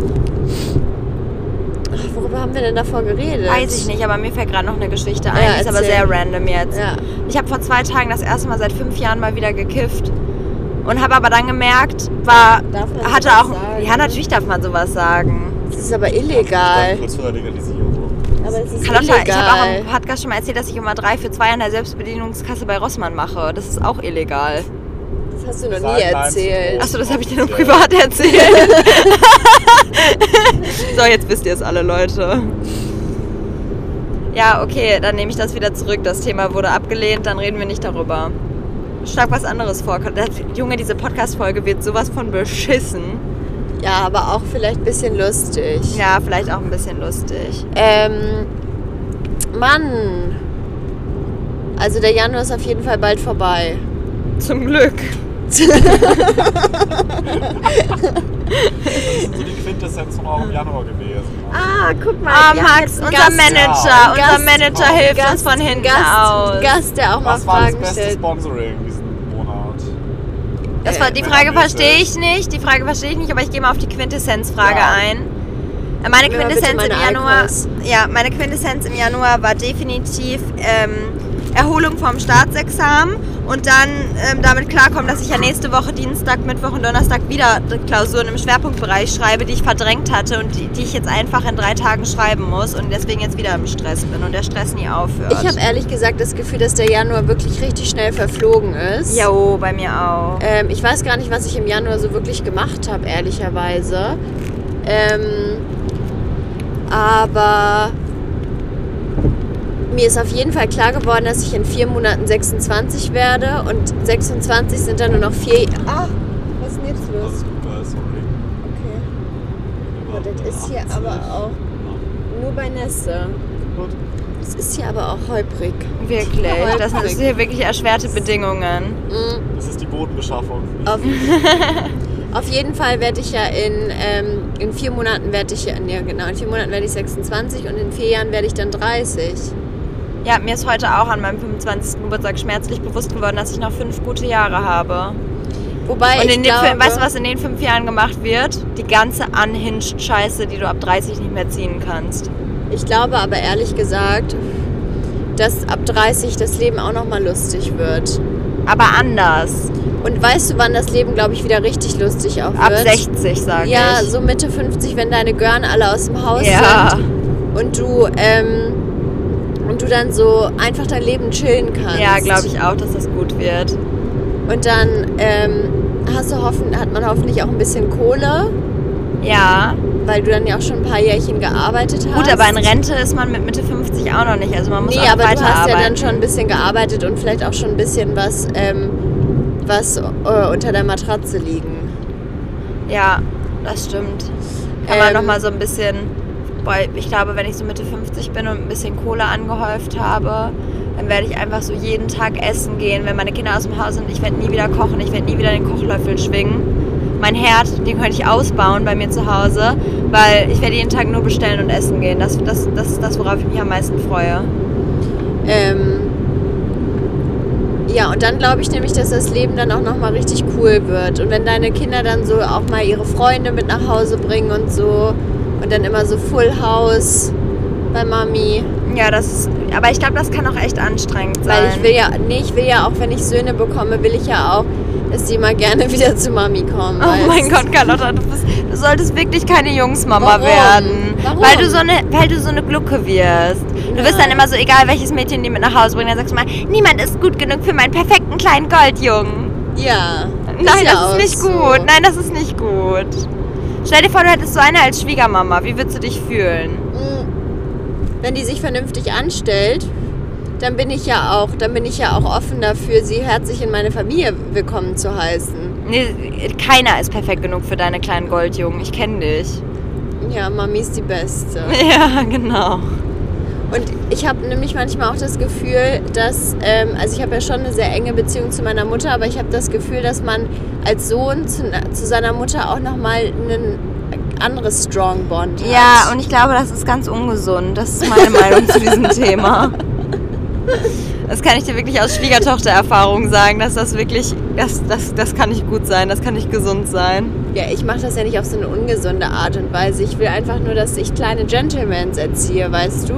Speaker 2: Ach, worüber haben wir denn davor geredet?
Speaker 1: Weiß ich nicht, aber mir fällt gerade noch eine Geschichte ein.
Speaker 2: Ja,
Speaker 1: die ist aber
Speaker 2: erzähl.
Speaker 1: sehr random jetzt.
Speaker 2: Ja.
Speaker 1: Ich habe vor zwei Tagen das erste Mal seit fünf Jahren mal wieder gekifft und habe aber dann gemerkt, war
Speaker 2: Darf man
Speaker 1: hatte
Speaker 2: sowas
Speaker 1: auch
Speaker 2: sagen?
Speaker 1: ja natürlich darf man sowas sagen.
Speaker 2: Das ist aber
Speaker 3: Ich stand
Speaker 2: illegal.
Speaker 3: Kurz vor der Legalisierung.
Speaker 2: Aber es ist
Speaker 1: Carlotta, ich habe auch
Speaker 2: illegal.
Speaker 1: im Podcast schon mal erzählt, dass ich immer drei für zwei an der Selbstbedienungskasse bei Rossmann mache. Das ist auch illegal.
Speaker 2: das hast du noch
Speaker 3: Sag
Speaker 2: nie
Speaker 3: nein zu
Speaker 2: erzählt.
Speaker 3: Drogen.
Speaker 1: Achso, das habe ich dir nur
Speaker 3: Ja.
Speaker 1: privat erzählt. so, jetzt wisst ihr es alle, Leute. Ja, okay, dann nehme ich das wieder zurück. Das Thema wurde abgelehnt, dann reden wir nicht darüber. Schlag was anderes vor. Das, Junge, diese Podcast-Folge wird sowas von beschissen.
Speaker 2: Ja, aber auch vielleicht ein bisschen lustig.
Speaker 1: Ja, vielleicht auch ein bisschen lustig.
Speaker 2: Ähm, Mann. Also der Januar ist auf jeden Fall bald vorbei.
Speaker 1: Zum Glück.
Speaker 3: Das ist so Also die Quintessenz von eurem Januar gewesen.
Speaker 2: Ah, guck mal.
Speaker 1: Ah,
Speaker 2: wir haben
Speaker 1: Max,
Speaker 2: jetzt
Speaker 1: unser
Speaker 2: einen Gast.
Speaker 1: Manager.
Speaker 2: Ja,
Speaker 1: unser
Speaker 2: Gast.
Speaker 1: Manager
Speaker 3: Oh,
Speaker 1: hilft uns
Speaker 2: Gast,
Speaker 1: von hinten
Speaker 2: Gast,
Speaker 1: aus.
Speaker 2: Gast, der auch mal
Speaker 3: Was war das
Speaker 2: Fragen
Speaker 3: beste
Speaker 2: stellt.
Speaker 3: Sponsoring diesen Monat?
Speaker 1: Das war, die
Speaker 3: Äh,
Speaker 1: Frage
Speaker 3: Männermäßig.
Speaker 1: verstehe ich nicht. Die Frage verstehe ich nicht, aber ich gehe mal auf die Quintessenz-Frage
Speaker 3: Ja.
Speaker 1: ein. Äh, Meine
Speaker 2: Gib mir mal
Speaker 1: Quintessenz
Speaker 2: bitte
Speaker 1: im
Speaker 2: meine
Speaker 1: Januar.
Speaker 2: Icons.
Speaker 1: Ja, meine Quintessenz im Januar war definitiv ähm, Erholung vom Staatsexamen und dann ähm, damit klarkommen, dass ich ja nächste Woche Dienstag, Mittwoch und Donnerstag wieder die Klausuren im Schwerpunktbereich schreibe, die ich verdrängt hatte und die, die ich jetzt einfach in drei Tagen schreiben muss und deswegen jetzt wieder im Stress bin und der Stress nie aufhört.
Speaker 2: Ich habe ehrlich gesagt das Gefühl, dass der Januar wirklich richtig schnell verflogen ist.
Speaker 1: Jo, bei mir auch.
Speaker 2: Ähm, ich weiß gar nicht, was ich im Januar so wirklich gemacht habe, ehrlicherweise. Ähm, aber mir ist auf jeden Fall klar geworden, dass ich in vier Monaten 26 werde und 26 sind dann nur noch vier. Ah, was ist denn jetzt
Speaker 3: Das ist gut, weil, sorry.
Speaker 2: Okay.
Speaker 3: Wir
Speaker 2: Oh,
Speaker 3: waren
Speaker 2: das ist hier
Speaker 3: 80.
Speaker 2: aber auch nur bei Nässe.
Speaker 3: Gut.
Speaker 2: Es ist hier aber auch holprig.
Speaker 1: Wirklich. Das sind das sind hier wirklich erschwerte Bedingungen.
Speaker 2: Mm.
Speaker 3: Das ist die Bodenbeschaffung.
Speaker 2: Auf, Auf jeden Fall werde ich ja in, ähm, in vier Monaten werde ich ja, nee, genau, in vier Monaten werde ich 26 und in vier Jahren werde ich dann 30.
Speaker 1: Ja, mir ist heute auch an meinem 25. Geburtstag schmerzlich bewusst geworden, dass ich noch fünf gute Jahre habe.
Speaker 2: Wobei
Speaker 1: Und
Speaker 2: ich
Speaker 1: in den,
Speaker 2: glaube,
Speaker 1: fün- weißt du, was in den fünf Jahren gemacht wird? Die ganze unhinged Scheiße, die du ab 30 nicht mehr ziehen kannst.
Speaker 2: ich glaube aber ehrlich gesagt, dass ab 30 das Leben auch nochmal lustig wird.
Speaker 1: Aber anders.
Speaker 2: Und weißt du, wann das Leben, glaube ich, wieder richtig lustig auch wird?
Speaker 1: Ab 60, sage
Speaker 2: Ja,
Speaker 1: ich.
Speaker 2: so Mitte 50, wenn deine Gören alle aus dem Haus
Speaker 1: ja,
Speaker 2: sind und du, ähm, und du dann so einfach dein Leben chillen kannst.
Speaker 1: ja glaube ich auch, dass das gut wird.
Speaker 2: Und dann ähm, hast du hoffen, hat man hoffentlich auch ein bisschen Kohle,
Speaker 1: Ja.
Speaker 2: weil du dann ja auch schon ein paar Jährchen gearbeitet hast.
Speaker 1: Gut, aber in Rente ist man mit Mitte 50 auch noch nicht. Also man muss
Speaker 2: Nee,
Speaker 1: auch
Speaker 2: aber du hast ja
Speaker 1: weiterarbeiten.
Speaker 2: dann schon ein bisschen gearbeitet und vielleicht auch schon ein bisschen was, ähm, was äh, unter der Matratze liegen.
Speaker 1: Ja, das stimmt. Kann man
Speaker 2: Ähm,
Speaker 1: nochmal so ein bisschen. Boah, ich glaube, wenn ich so Mitte 50 bin und ein bisschen Kohle angehäuft habe, dann werde ich einfach so jeden Tag essen gehen, wenn meine Kinder aus dem Haus sind. Ich werde nie wieder kochen, ich werde nie wieder den Kochlöffel schwingen. Mein Herd, den könnte ich ausbauen bei mir zu Hause, weil ich werde jeden Tag nur bestellen und essen gehen. Das, das, das ist das, worauf ich mich am meisten freue.
Speaker 2: Ähm, ja, und dann glaube ich nämlich, dass das Leben dann auch nochmal richtig cool wird. Und wenn deine Kinder dann so auch mal ihre Freunde mit nach Hause bringen und so und dann immer so Full House bei Mami.
Speaker 1: Ja, das ist, aber ich glaube, das kann auch echt anstrengend sein.
Speaker 2: Weil ich will ja, nee, ich will ja auch, wenn ich Söhne bekomme, will ich ja auch, dass die mal gerne wieder zu Mami kommen.
Speaker 1: Oh
Speaker 2: weißt?
Speaker 1: mein Gott, Carlotta, du, bist, du solltest wirklich keine Jungsmama
Speaker 2: Warum?
Speaker 1: werden.
Speaker 2: Warum?
Speaker 1: Weil du so eine, weil du so eine Glucke wirst. Du bist dann
Speaker 2: Nein.
Speaker 1: immer so, egal welches Mädchen die mit nach Hause bringt, dann sagst du mal, niemand ist gut genug für meinen perfekten kleinen Goldjungen.
Speaker 2: Ja.
Speaker 1: Nein,
Speaker 2: ja
Speaker 1: das
Speaker 2: auch
Speaker 1: ist nicht
Speaker 2: so.
Speaker 1: gut. Nein, das ist nicht gut. Stell dir vor, du hättest so eine als Schwiegermama. Wie würdest du dich fühlen?
Speaker 2: Mm. Hm. Wenn die sich vernünftig anstellt, dann bin ich ja auch, dann bin ich ja auch offen dafür, sie herzlich in meine Familie willkommen zu heißen.
Speaker 1: Nee, keiner ist perfekt genug für deine kleinen Goldjungen. Ich kenne dich.
Speaker 2: Ja, Mami ist die Beste.
Speaker 1: Ja, genau.
Speaker 2: Und ich habe nämlich manchmal auch das Gefühl, dass, ähm, also ich habe ja schon eine sehr enge Beziehung zu meiner Mutter, aber ich habe das Gefühl, dass man als Sohn zu, zu seiner Mutter auch nochmal ein anderes Strong Bond hat.
Speaker 1: Ja, und ich glaube, das ist ganz ungesund. Das ist meine Meinung zu diesem Thema. Das kann ich dir wirklich aus Schwiegertochtererfahrung sagen, dass das wirklich, das, das, das kann nicht gut sein, das kann nicht gesund sein.
Speaker 2: Ja, ich mache das ja nicht auf so eine ungesunde Art und Weise. Ich will einfach nur, dass ich kleine Gentlemans erziehe, weißt du?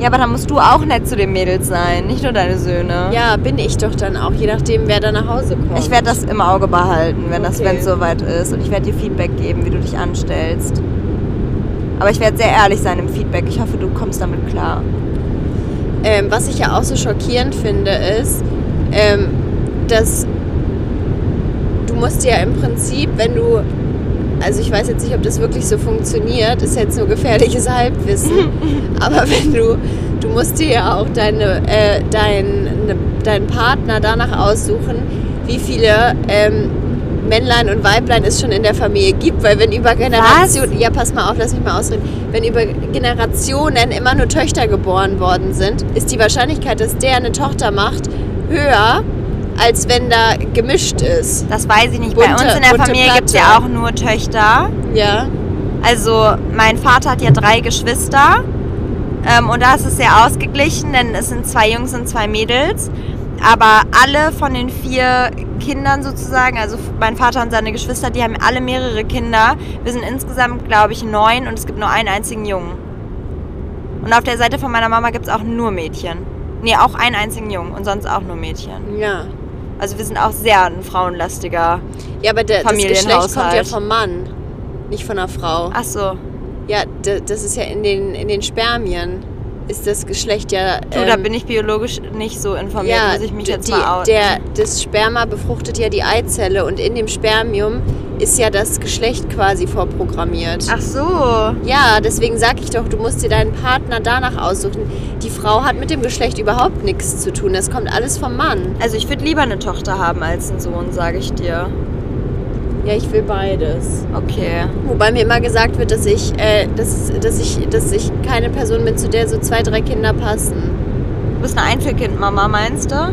Speaker 1: Ja, aber dann musst du auch nett zu den Mädels sein, nicht nur deine Söhne.
Speaker 2: Ja, bin ich doch dann auch, je nachdem, wer da nach Hause kommt.
Speaker 1: Ich werde das im Auge behalten, wenn das,
Speaker 2: Okay.
Speaker 1: wenn es soweit ist. Und ich werde dir Feedback geben, wie du dich anstellst. Aber ich werde sehr ehrlich sein im Feedback. Ich hoffe, du kommst damit klar.
Speaker 2: Ähm, was ich ja auch so schockierend finde, ist, ähm, dass du musst ja im Prinzip, wenn du, also ich weiß jetzt nicht, ob das wirklich so funktioniert, ist jetzt nur gefährliches Halbwissen, aber wenn du, du musst dir ja auch deine, äh, dein, ne, deinen Partner danach aussuchen, wie viele ähm, Männlein und Weiblein es schon in der Familie gibt, weil wenn über Generationen, ja pass mal auf, lass mich mal ausreden, wenn über Generationen immer nur Töchter geboren worden sind, ist die Wahrscheinlichkeit, dass der eine Tochter macht, höher, als wenn da gemischt ist.
Speaker 1: Das weiß ich nicht. Bei
Speaker 2: Bunte-
Speaker 1: uns in der
Speaker 2: bunte
Speaker 1: Familie gibt es
Speaker 2: Platte.
Speaker 1: ja auch nur Töchter.
Speaker 2: Ja.
Speaker 1: Also mein Vater hat ja drei Geschwister ähm, und da ist es sehr ausgeglichen, denn es sind zwei Jungs und zwei Mädels. Aber alle von den vier Kindern sozusagen, also mein Vater und seine Geschwister, die haben alle mehrere Kinder. Wir sind insgesamt, glaube ich, neun und es gibt nur einen einzigen Jungen. Und auf der Seite von meiner Mama gibt es auch nur Mädchen. Nee, auch einen einzigen Jungen und sonst auch nur Mädchen.
Speaker 2: Ja.
Speaker 1: Also wir sind auch sehr ein frauenlastiger.
Speaker 2: Ja, aber der, das Geschlecht kommt ja
Speaker 1: Familienhaushalt. Ah.
Speaker 2: vom Mann, nicht von der Frau.
Speaker 1: Ach so,
Speaker 2: Ja, d- das ist ja in den, in den Spermien ist das Geschlecht ja. ähm,
Speaker 1: du, da bin ich biologisch nicht so informiert,
Speaker 2: ja,
Speaker 1: muss ich mich
Speaker 2: d-
Speaker 1: jetzt
Speaker 2: die,
Speaker 1: mal outen.
Speaker 2: der, Das Sperma befruchtet ja die Eizelle und in dem Spermium ist ja das Geschlecht quasi vorprogrammiert.
Speaker 1: Ach so.
Speaker 2: Ja, deswegen sag ich doch, du musst dir deinen Partner danach aussuchen. Die Frau hat mit dem Geschlecht überhaupt nichts zu tun. Das kommt alles vom Mann.
Speaker 1: Also ich würde lieber eine Tochter haben als einen Sohn, sage ich dir.
Speaker 2: Ja, ich will beides.
Speaker 1: Okay.
Speaker 2: Wobei mir immer gesagt wird, dass ich, äh, dass, dass, ich, dass ich keine Person bin, zu der so zwei, drei Kinder passen.
Speaker 1: Du bist eine Einzelkindmama, meinst du?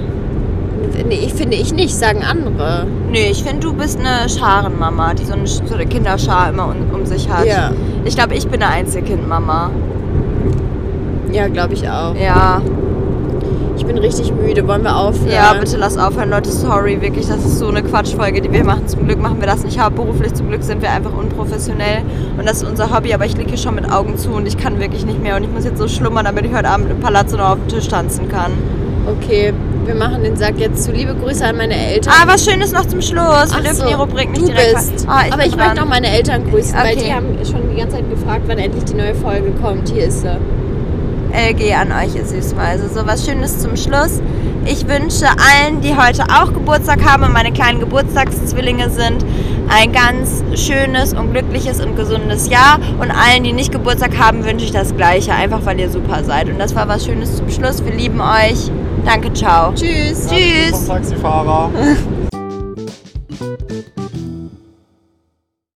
Speaker 2: Nee, ich finde ich nicht, sagen andere.
Speaker 1: Nee, ich finde, du bist eine Scharenmama, die so eine, so eine Kinderschar immer um, um sich hat.
Speaker 2: Ja.
Speaker 1: Ich glaube, ich bin eine Einzelkindmama.
Speaker 2: Ja, glaube ich auch.
Speaker 1: Ja.
Speaker 2: Ich bin richtig müde. Wollen wir aufhören?
Speaker 1: Ja, bitte lass aufhören, Leute. Sorry, wirklich, das ist so eine Quatschfolge, die wir machen. Zum Glück machen wir das nicht hauptberuflich. Zum Glück sind wir einfach unprofessionell und das ist unser Hobby. Aber ich liege hier schon mit Augen zu und ich kann wirklich nicht mehr. Und ich muss jetzt so schlummern, damit ich heute Abend im Palazzo noch auf dem Tisch tanzen kann.
Speaker 2: Okay, wir machen den Sack jetzt zu. Liebe Grüße an meine Eltern.
Speaker 1: Ah, was Schönes noch zum Schluss. Wir
Speaker 2: Ach
Speaker 1: dürfen
Speaker 2: so,
Speaker 1: die Rubrik nicht
Speaker 2: du
Speaker 1: direkt.
Speaker 2: Bist.
Speaker 1: Ah, ich
Speaker 2: Aber ich
Speaker 1: bin
Speaker 2: möchte
Speaker 1: dran.
Speaker 2: auch meine Eltern grüßen, weil
Speaker 1: Okay.
Speaker 2: die haben schon die ganze Zeit gefragt, wann endlich die neue Folge kommt. Hier ist sie.
Speaker 1: LG Äh, an euch, ihr Süßmäuse. So was Schönes zum Schluss. Ich wünsche allen, die heute auch Geburtstag haben und meine kleinen Geburtstagszwillinge sind, ein ganz schönes und glückliches und gesundes Jahr. Und allen, die nicht Geburtstag haben, wünsche ich das Gleiche, einfach weil ihr super seid. Und das war was Schönes zum Schluss. Wir lieben euch. Danke, ciao.
Speaker 2: Tschüss.
Speaker 1: Tschüss.
Speaker 3: Vom Taxifahrer.